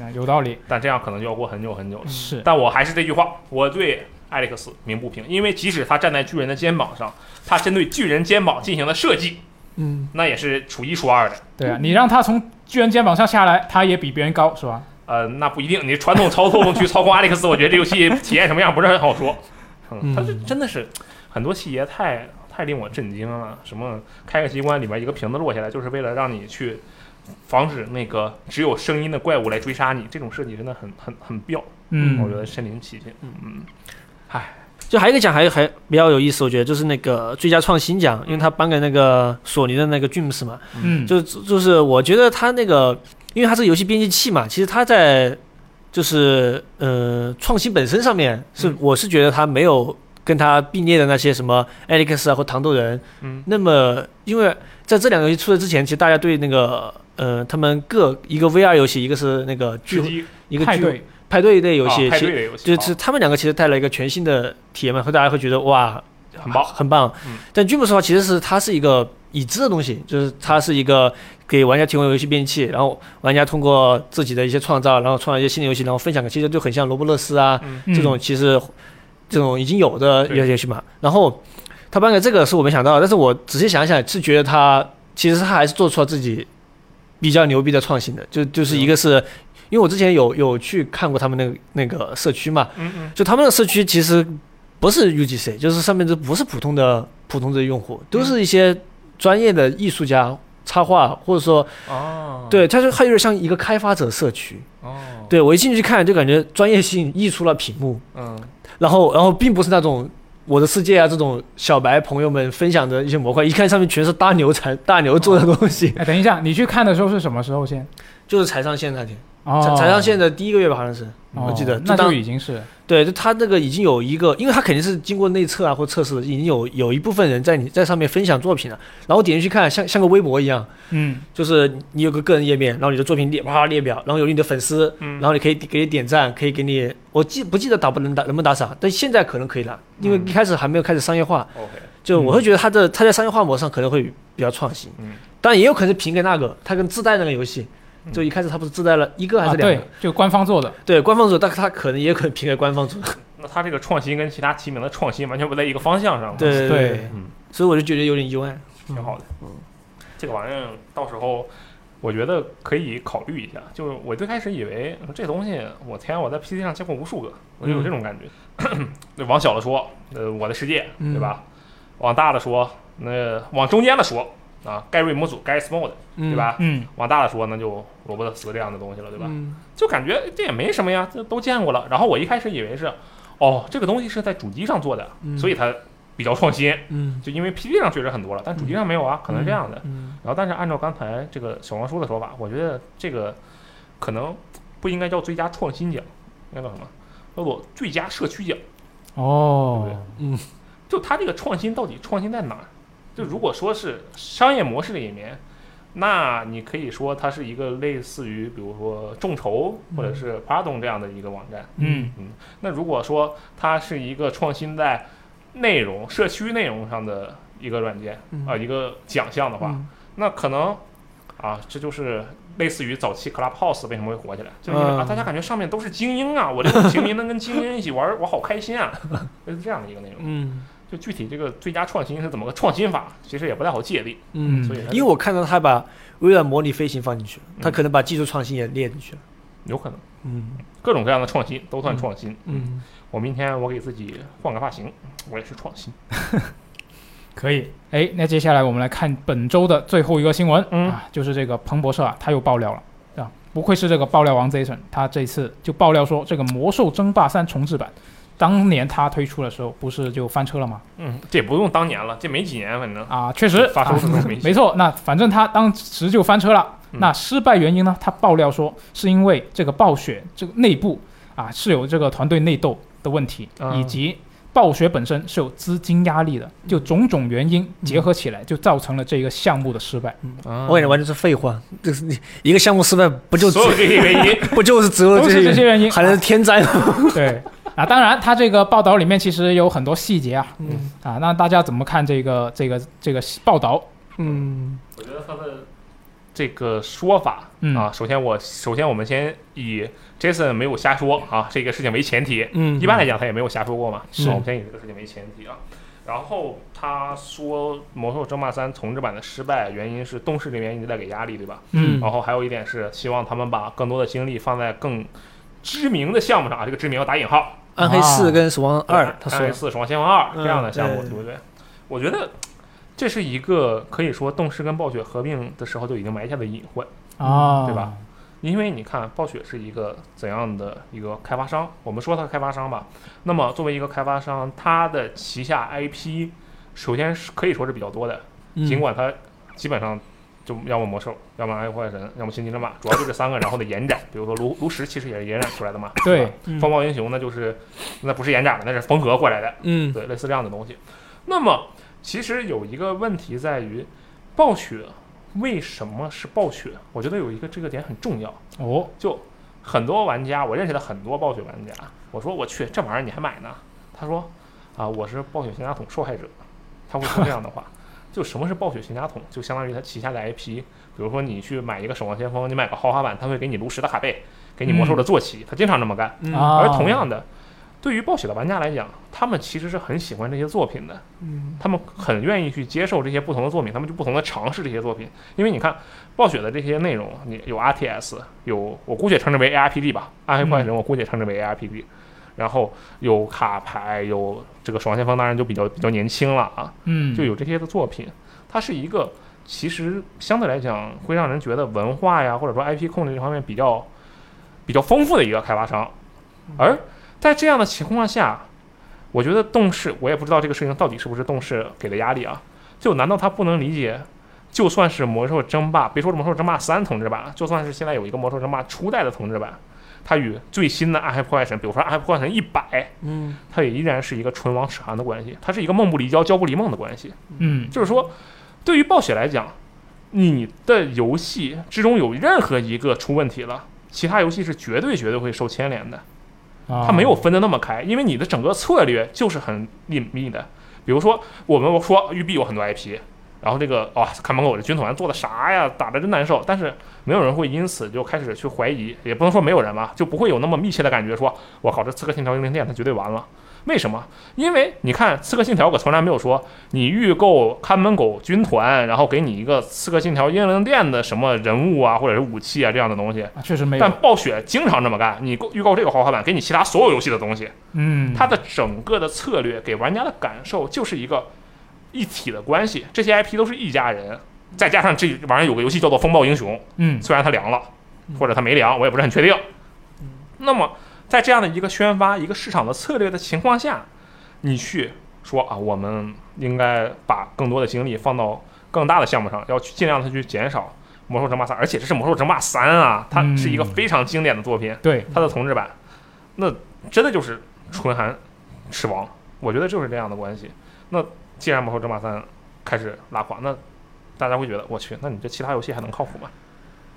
那有道理，但这样可能就要过很久很久了。是但我还是这句话，我对艾利克斯鸣不平，因为即使他站在巨人的肩膀上，他针对巨人肩膀进行的设计，嗯，那也是数一数二的。对啊，你让他从巨人肩膀上下来，他也比别人高，是吧？呃，那不一定，你传统操控去操控艾利克斯，我觉得这游戏体验什么样不是很好说。嗯，嗯它这真的是很多细节太太令我震惊了，什么开个机关里面一个瓶子落下来，就是为了让你去防止那个只有声音的怪物来追杀你，这种设计真的很很很妙，嗯，我觉得身临其境。嗯，就还有一个奖还还比较有意思，我觉得就是那个最佳创新奖，因为他颁给那个索尼的那个 Dreams 嘛，嗯，就就是我觉得他那个，因为他是游戏编辑器嘛，其实他在就是呃创新本身上面是，嗯我是觉得他没有跟他并列的那些什么 Alex 啊或糖豆人，嗯，那么因为在这两个游戏出来之前，其实大家对那个呃他们各一个 VR 游戏，一个是那个吃聚鸡一个派聚对，派对类游戏，啊派其对实类游戏，就是他们两个其实带来一个全新的体验嘛，会大家会觉得哇。好很棒。很棒。嗯但 Dreams 的话，其实是它是一个已知的东西，就是它是一个给玩家提供游戏编辑器，然后玩家通过自己的一些创造，然后创造一些新的游戏，然后分享给，其实就很像罗伯勒斯啊、嗯，嗯这种，其实这种已经有的对游戏嘛。然后他颁给这个是我没想到的，但是我仔细想一想，是觉得他其实他还是做出了自己比较牛逼的创新的，就就是啊一个是。因为我之前有有去看过他们那个那个社区嘛，嗯嗯，就他们的社区其实不是 UGC，就是上面都不是普通的普通的用户，嗯都是一些专业的艺术家、插画，或者说哦，，对，它就它有点像一个开发者社区。哦，，对我一进去看就感觉专业性溢出了屏幕，嗯，然后然后并不是那种。我的世界啊，这种小白朋友们分享的一些模块，一看上面全是大牛才大牛做的东西，哎，等一下，你去看的时候是什么时候先？就是柴上线那天，哦，柴柴上线的第一个月吧，好像是，哦，我记得。那当就已经是对，就他那个已经有一个，因为他肯定是经过内测啊或测试的，已经有有一部分人在你在上面分享作品了，然后点进去看，像像个微博一样，嗯就是你有个个人页面，然后你的作品列啪列表，然后有你的粉丝，嗯然后你可以给你点赞，可以给你，我记不记得打不能打能不能打赏，但现在可能可以了，因为嗯一开始还没有开始商业化， ，OK，就我会觉得它的它在商业化模式上可能会比较创新，嗯，当然也有可能是凭给那个它跟自带那个游戏，就一开始它不是自带了一个还啊，是两个？对，就官方做的，嗯对官方组，但它可能也可能凭给官 方组。那它这个创新跟其他提名的创新完全不在一个方向上嘛，对对嗯，所以我就觉得有点意外。挺好的。嗯，这个玩意儿到时候我觉得可以考虑一下。就是我最开始以为这东西，我天，啊我在 PC 上见过无数个，我就有这种感觉。 那往小了说，呃，我的世界，嗯对吧？往大了说，那往中间的说啊，该瑞姆组，该 small 的，对吧？嗯，往大了说，那就罗伯特斯这样的东西了，对吧？嗯就感觉这也没什么呀，这都见过了。然后我一开始以为是，哦，这个东西是在主机上做的，嗯所以它比较创新。嗯就因为 PC 上确实很多了，但主机上没有啊，可能是这样的。嗯然后，但是按照刚才这个小黄书的说法，我觉得这个可能不应该叫最佳创新奖，应该叫什么？叫做最佳社区奖。对哦，就它这个创新到底创新在哪儿？就如果说是商业模式里面，那你可以说它是一个类似于比如说众筹或者是 Pardon 这样的一个网站。嗯那如果说它是一个创新在内容、社区内容上的一个软件啊、嗯一个奖项的话，嗯那可能啊，这就是类似于早期 Clubhouse 为什么会火起来，就是因为、啊，嗯大家感觉上面都是精英啊，我这个平民能跟精英一起玩儿，我好开心啊， 就是这样的一个内容。嗯就具体这个最佳创新是怎么个创新法，其实也不太好界定，嗯，所以还因为我看到他把微软模拟飞行放进去了，他嗯可能把技术创新也列进去了。有可能嗯各种各样的创新都算创新。嗯，我明天我给自己换个发型，我也是创新。可以。哎，那接下来我们来看本周的最后一个新闻，嗯啊，就是这个彭博社啊，他又爆料了。啊，不愧是这个爆料王 Jason，他这次就爆料说，这个《魔兽争霸三》重置版，当年他推出的时候不是就翻车了吗？嗯，这也不用当年了，这没几年，反正啊，确实发售啊的时候没几没错，那反正他当时就翻车了。嗯那失败原因呢？他爆料说是因为这个暴雪这个内部啊是有这个团队内斗的问题，啊嗯以及暴雪本身是有资金压力的，就种种原因结合起来，就造成了这个项目的失败。啊我感觉完全是废话，就是你一个项目失败，不就只所有这些原因，不就是只有都是这些原因还能是天灾吗？ 对啊，当然他这个报道里面其实有很多细节啊嗯啊，那大家怎么看这个这个这个报道？嗯我觉得他的这个说法、嗯啊，首先我首先我们先以 Jason 没有瞎说啊这个事情为前提，嗯一般来讲他也没有瞎说过嘛，是啊我们先以这个事情为前提啊。然后他说《魔兽争霸三》重置版的失败原因是动视这边一直在给压力，对吧？嗯然后还有一点是希望他们把更多的精力放在更知名的项目上啊，这个知名要打引号，暗黑四跟死亡二啊对，他暗说黑四、守望先锋二嗯这样的项目，对对不对？我觉得这是一个可以说动视跟暴雪合并的时候就已经埋下的隐患，啊，对吧？因为你看暴雪是一个怎样的一个开发商？我们说它开发商吧，那么作为一个开发商，它的旗下 IP 首先是可以说是比较多的，嗯尽管它基本上。就要么魔兽，要么暗黑破坏神，要么星际争霸，主要就这三个，然后的延展。比如说炉炉石其实也是延展出来的嘛，对是吧，嗯风暴英雄那就是那不是延展的，那是缝合过来的，嗯对，类似这样的东西。那么其实有一个问题在于，暴雪为什么是暴雪？我觉得有一个这个点很重要，哦，就很多玩家，我认识的很多暴雪玩家，我说我去这玩意儿你还买呢？他说啊，我是暴雪全家桶受害者，他会说这样的话。就什么是暴雪全家桶？就相当于他旗下的 IP，比如说你去买一个守望先锋，你买个豪华版，他会给你炉石的卡背，给你魔兽的坐骑，他经常这么干。嗯啊而同样的，对于暴雪的玩家来讲，他们其实是很喜欢这些作品的，嗯他们很愿意去接受这些不同的作品，他们就不同的尝试这些作品。因为你看暴雪的这些内容，你有 RTS，有我姑且称之为 ARPG 吧，《暗黑嗯破坏神》我姑且称之为 ARPG，、然后有卡牌，有这个《守望先锋》，当然就比较比较年轻了啊，嗯，就有这些的作品，它是一个其实相对来讲会让人觉得文化呀，或者说 IP 控制这方面比较比较丰富的一个开发商。而在这样的情况下，我觉得动视，我也不知道这个事情到底是不是动视给的压力啊。就难道他不能理解，就算是魔兽争霸，别说是魔兽争霸三同志版了，就算是现在有一个魔兽争霸初代的同志版，它与最新的暗黑破坏神，比如说暗黑破坏神一百，嗯它也依然是一个唇亡齿寒的关系，它是一个梦不离焦，焦不离梦的关系。嗯就是说，对于暴雪来讲，你的游戏之中有任何一个出问题了，其他游戏是绝对绝对会受牵连的。啊它没有分得那么开，因为你的整个策略就是很隐秘的。比如说我们说育碧有很多 IP，然后这个哇、看门狗这军团做的啥呀，打的真难受，但是没有人会因此就开始去怀疑，也不能说没有人吧，就不会有那么密切的感觉说，我靠，这《刺客信条：英灵殿》它绝对完了。为什么？因为你看《刺客信条》可从来没有说你预购看门狗军团，然后给你一个《刺客信条：英灵殿》的什么人物啊，或者是武器啊这样的东西。啊，确实没但有。暴雪经常这么干，你购预购这个豪华版，给你其他所有游戏的东西，嗯，它的整个的策略给玩家的感受就是一个一体的关系，这些 IP 都是一家人，再加上这玩意儿有个游戏叫做《风暴英雄》，嗯虽然它凉了，或者它没凉，我也不是很确定。嗯那么在这样的一个宣发、一个市场的策略的情况下，你去说啊，我们应该把更多的精力放到更大的项目上，要去尽量的去减少《魔兽争霸三》，而且这是《魔兽争霸三》啊，它是一个嗯非常经典的作品。对，它的同志版，那真的就是纯韩吃王，我觉得就是这样的关系。那既然《魔兽争霸三》开始拉垮，那大家会觉得我去，那你这其他游戏还能靠谱吗？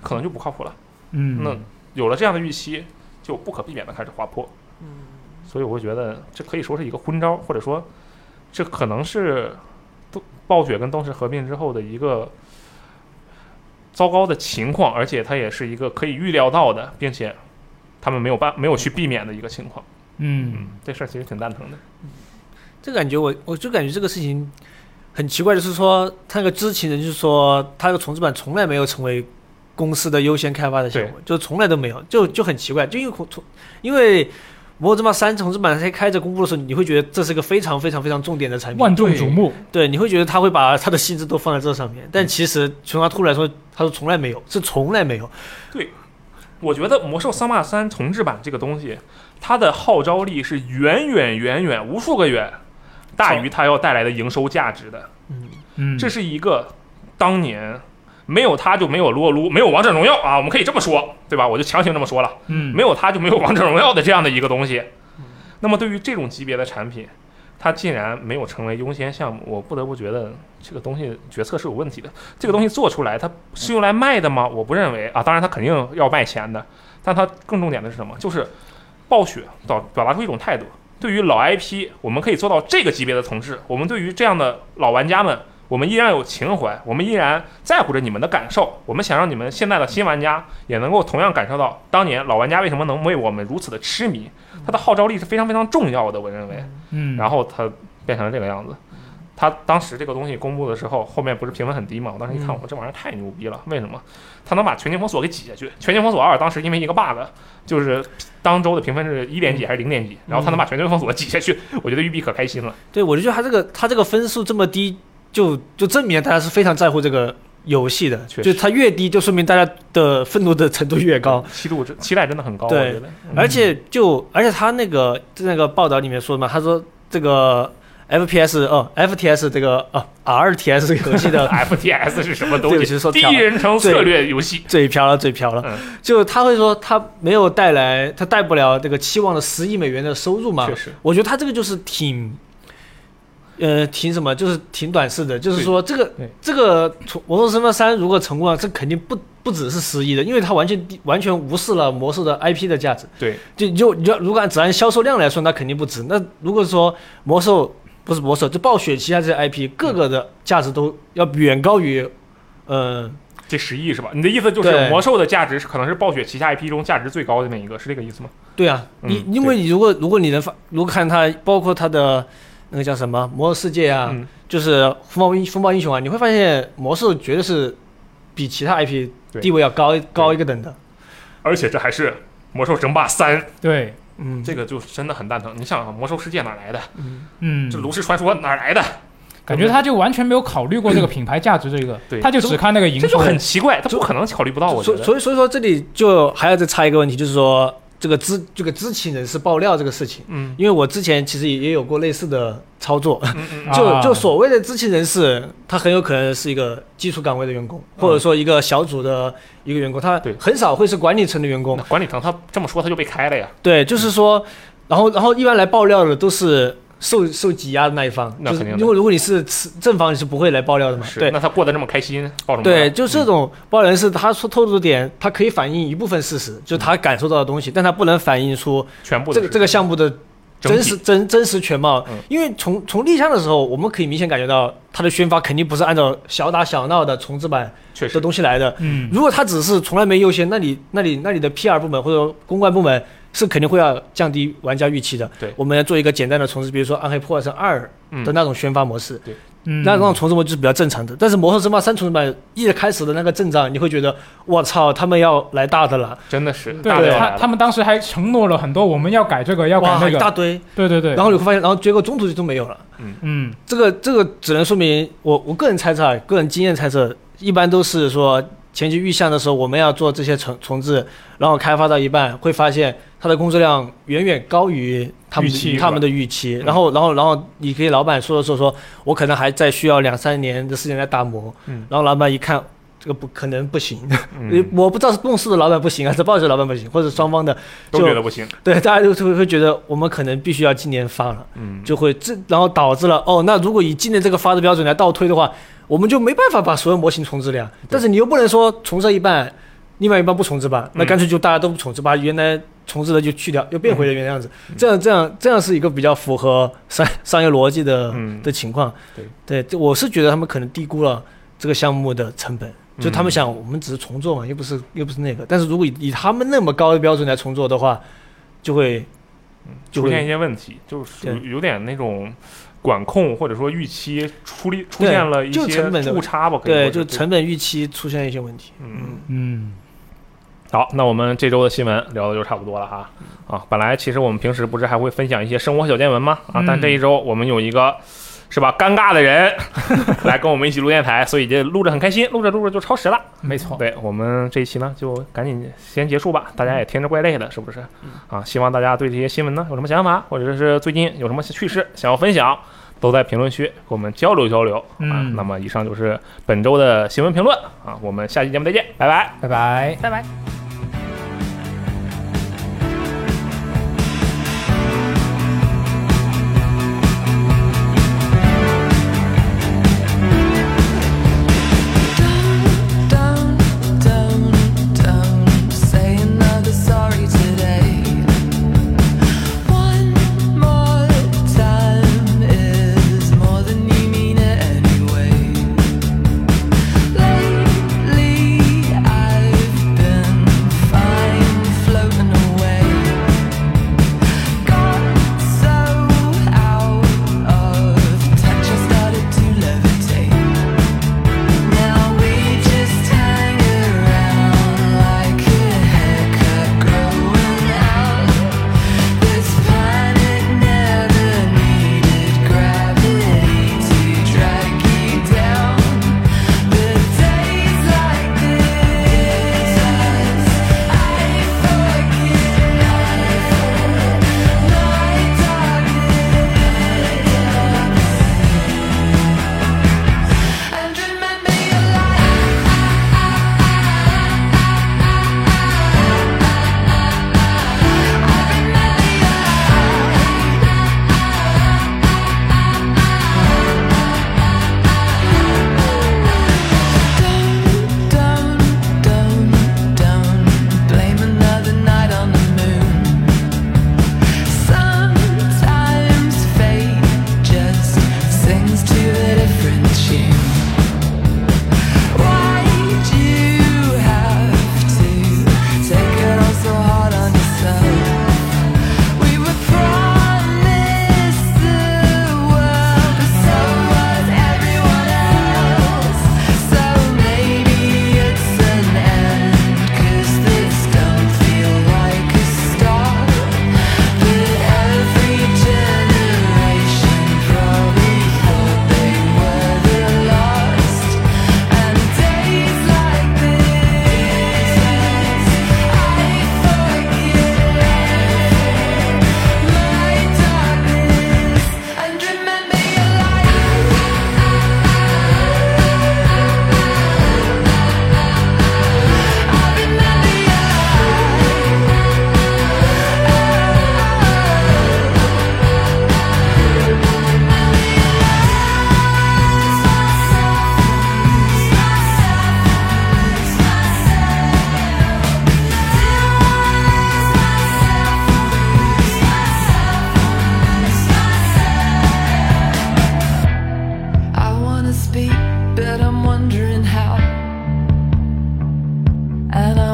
可能就不靠谱了。嗯，那有了这样的预期，就不可避免的开始滑坡。嗯所以我会觉得这可以说是一个昏招，或者说这可能是都暴雪跟东视合并之后的一个糟糕的情况，而且它也是一个可以预料到的，并且他们没有办没有去避免的一个情况。嗯，这事儿其实挺蛋疼的。这感觉我我就感觉这个事情很奇怪，就是说他那个知情人就是说他的重置版从来没有成为公司的优先开发的项目，就从来都没有，就就很奇怪，就因为从因为《魔兽争霸三》重置版它开着公布的时候，你会觉得这是一个非常非常非常重点的产品，万众瞩目，对，你会觉得他会把他的心思都放在这上面，嗯但其实从他吐来说，他说从来没有，是从来没有，我觉得《魔兽三霸三》重置版这个东西，它的号召力是远远远远无数个远大于它要带来的营收价值的。嗯，嗯，这是一个当年没有它就没有撸啊撸，没有王者荣耀啊，我们可以这么说，对吧？我就强行这么说了，嗯没有它就没有王者荣耀的这样的一个东西。那么对于这种级别的产品，它竟然没有成为优先项目，我不得不觉得这个东西决策是有问题的。这个东西做出来，它是用来卖的吗？我不认为啊，当然它肯定要卖钱的，但它更重点的是什么？就是暴雪表表达出一种态度。对于老 IP，我们可以做到这个级别的重置。我们对于这样的老玩家们，我们依然有情怀，我们依然在乎着你们的感受。我们想让你们现在的新玩家也能够同样感受到当年老玩家为什么能为我们如此的痴迷。嗯它的号召力是非常非常重要的，我认为。嗯，然后它变成了这个样子。它当时这个东西公布的时候，后面不是评分很低嘛？我当时一看，嗯我这玩意儿太牛逼了！为什么？它能把《全境封锁》给挤下去？《全境封锁二》当时因为一个 bug，就是当周的评分是一点几还是零点嗯几，然后它能把《全境封锁》挤下去，我觉得育碧可开心了。对，我就觉得他这个他这个分数这么低，就就证明大家是非常在乎这个游戏的，确就实是它越低，就说明大家的愤怒的程度越高。期度真期待真的很高，我对觉得。嗯而且就而且他那个那个报道里面说嘛，他说这个 FPS 哦 FTS 这个哦 RTS 这个游戏 的 FTS 是什么 东对不西起说？第跳一了人称策略游戏，嘴瓢了嘴瓢了，嗯就他会说他没有带来他带不了这个期望的十亿美元的收入嘛确，实我觉得他这个就是挺，呃，挺什么，就是挺短视的，就是说这个对这个从《魔兽争霸三》如果成功了，这肯定不不只是十亿的，因为它完全低完全无视了魔兽的 IP 的价值。对，就就你要如果按只按销售量来说，那肯定不值。那如果说魔兽不是魔兽，就暴雪旗下这些 IP 各个的价值都要远高于，呃，这十亿是吧？你的意思就是对魔兽的价值是可能是暴雪旗下 IP 中价值最高的那一个，是这个意思吗？对啊，你、嗯因为你如果如果你能发，如果看它包括它的那个叫什么《魔兽世界》啊。嗯，就是风暴英风暴英雄啊，你会发现魔兽绝对是比其他 IP 对地位要高高一个等的。而且这还是魔兽争霸三对，嗯，这个就真的很蛋疼。你想想，啊魔兽世界哪来的？嗯，这炉石传说哪来的？感觉他就完全没有考虑过这个品牌价值，这个，对他就只看那个营这收就，很奇怪，他不可能考虑不到。我觉所得，所以所以说这里就还要再插一个问题，就是说这个知这个知情人士爆料这个事情，嗯 因为我之前其实也也有过类似的操作，嗯嗯，啊就就所谓的知情人士，他很有可能是一个技术岗位的员工，或者说一个小组的一个员工，他啊对很少会是管理层的员工那。管理层他这么说他就被开了呀。对，就是说，然后然后一般来爆料的都是受受挤压的那一方，那就是肯定的如果如果你是持正方，你是不会来爆料的嘛。是，对那他过得这么开心，报什么对，料？就这种爆料人是他说透露的点，他可以反映一部分事实，就是他感受到的东西，但他不能反映出全部这的个是这个项目的整体真实真真实全貌嗯。因为从从立项的时候，我们可以明显感觉到它的宣发肯定不是按照小打小闹的重制版确实的东西来的。嗯，如果它只是从来没优先，那你那你那你的 PR 部门或者公关部门是肯定会要降低玩家预期的。对我们要做一个简单的重置，比如说《暗黑破坏神二》的那种宣发模式。嗯那那种重置模就是比较正常的，但是《魔兽争霸三》重置版一开始的那个阵仗，你会觉得我操，他们要来大的了，真的是对大量来他了他们当时还承诺了很多，我们要改这个，要改哇，那一个，大堆，对对对，然后你会发现，然后结果中途就都没有了。嗯这个这个只能说明我我个人猜测，啊，个人经验猜测，一般都是说前期预项的时候，我们要做这些重重置，然后开发到一半会发现它的工作量远远高于他们预期的他们的预期，嗯然后然后然后你给老板说的时候说，我可能还在需要两三年的时间来打磨，嗯然后老板一看。这个不可能不行，嗯 我不知道是共事的老板不行，还啊是报纸老板不行，或者双方的，都就觉得不行，对，大家就会会觉得我们可能必须要今年发了。嗯，就会这，然后导致了哦，那如果以今年这个发的标准来倒推的话，我们就没办法把所有模型重置了呀。但是你又不能说重置一半，嗯另外一半不重置吧？那干脆就大家都不重置，把原来重置的就去掉，又变回了原样子。嗯这样这样这样是一个比较符合商商业逻辑的、嗯的情况。对对，这我是觉得他们可能低估了这个项目的成本。就他们嗯想，我们只是重做嘛，又不是又不是那个。但是如果以以他们那么高的标准来重做的话，就会就出会现一些问题，就是对有有点那种管控或者说预期出力出对现了一就些成本的误差吧，可以对，说就是成本预期出现一些问题。嗯。嗯好，那我们这周的新闻聊的就差不多了哈。啊，本来其实我们平时不是还会分享一些生活小见闻吗？啊，但嗯这一周我们有一个是吧尴尬 的人来跟我们一起录电台，所以这录着很开心，录着录着就超时了。没错，对我们这一期呢，就赶紧先结束吧，大家也听着怪累的，是不是？嗯啊，希望大家对这些新闻呢有什么想法，或者是最近有什么趣事想要分享，都在评论区跟我们交流交流啊。嗯那么以上就是本周的新闻评论啊，我们下期节目再见，拜拜。拜拜。拜拜。 Down, down, down. Say another sorry today. One more time is more than you mean it anyway. Lately, I've been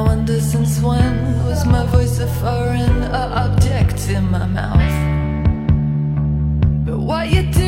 wonder since when was my voice a foreign uh, object in my mouth? But what you do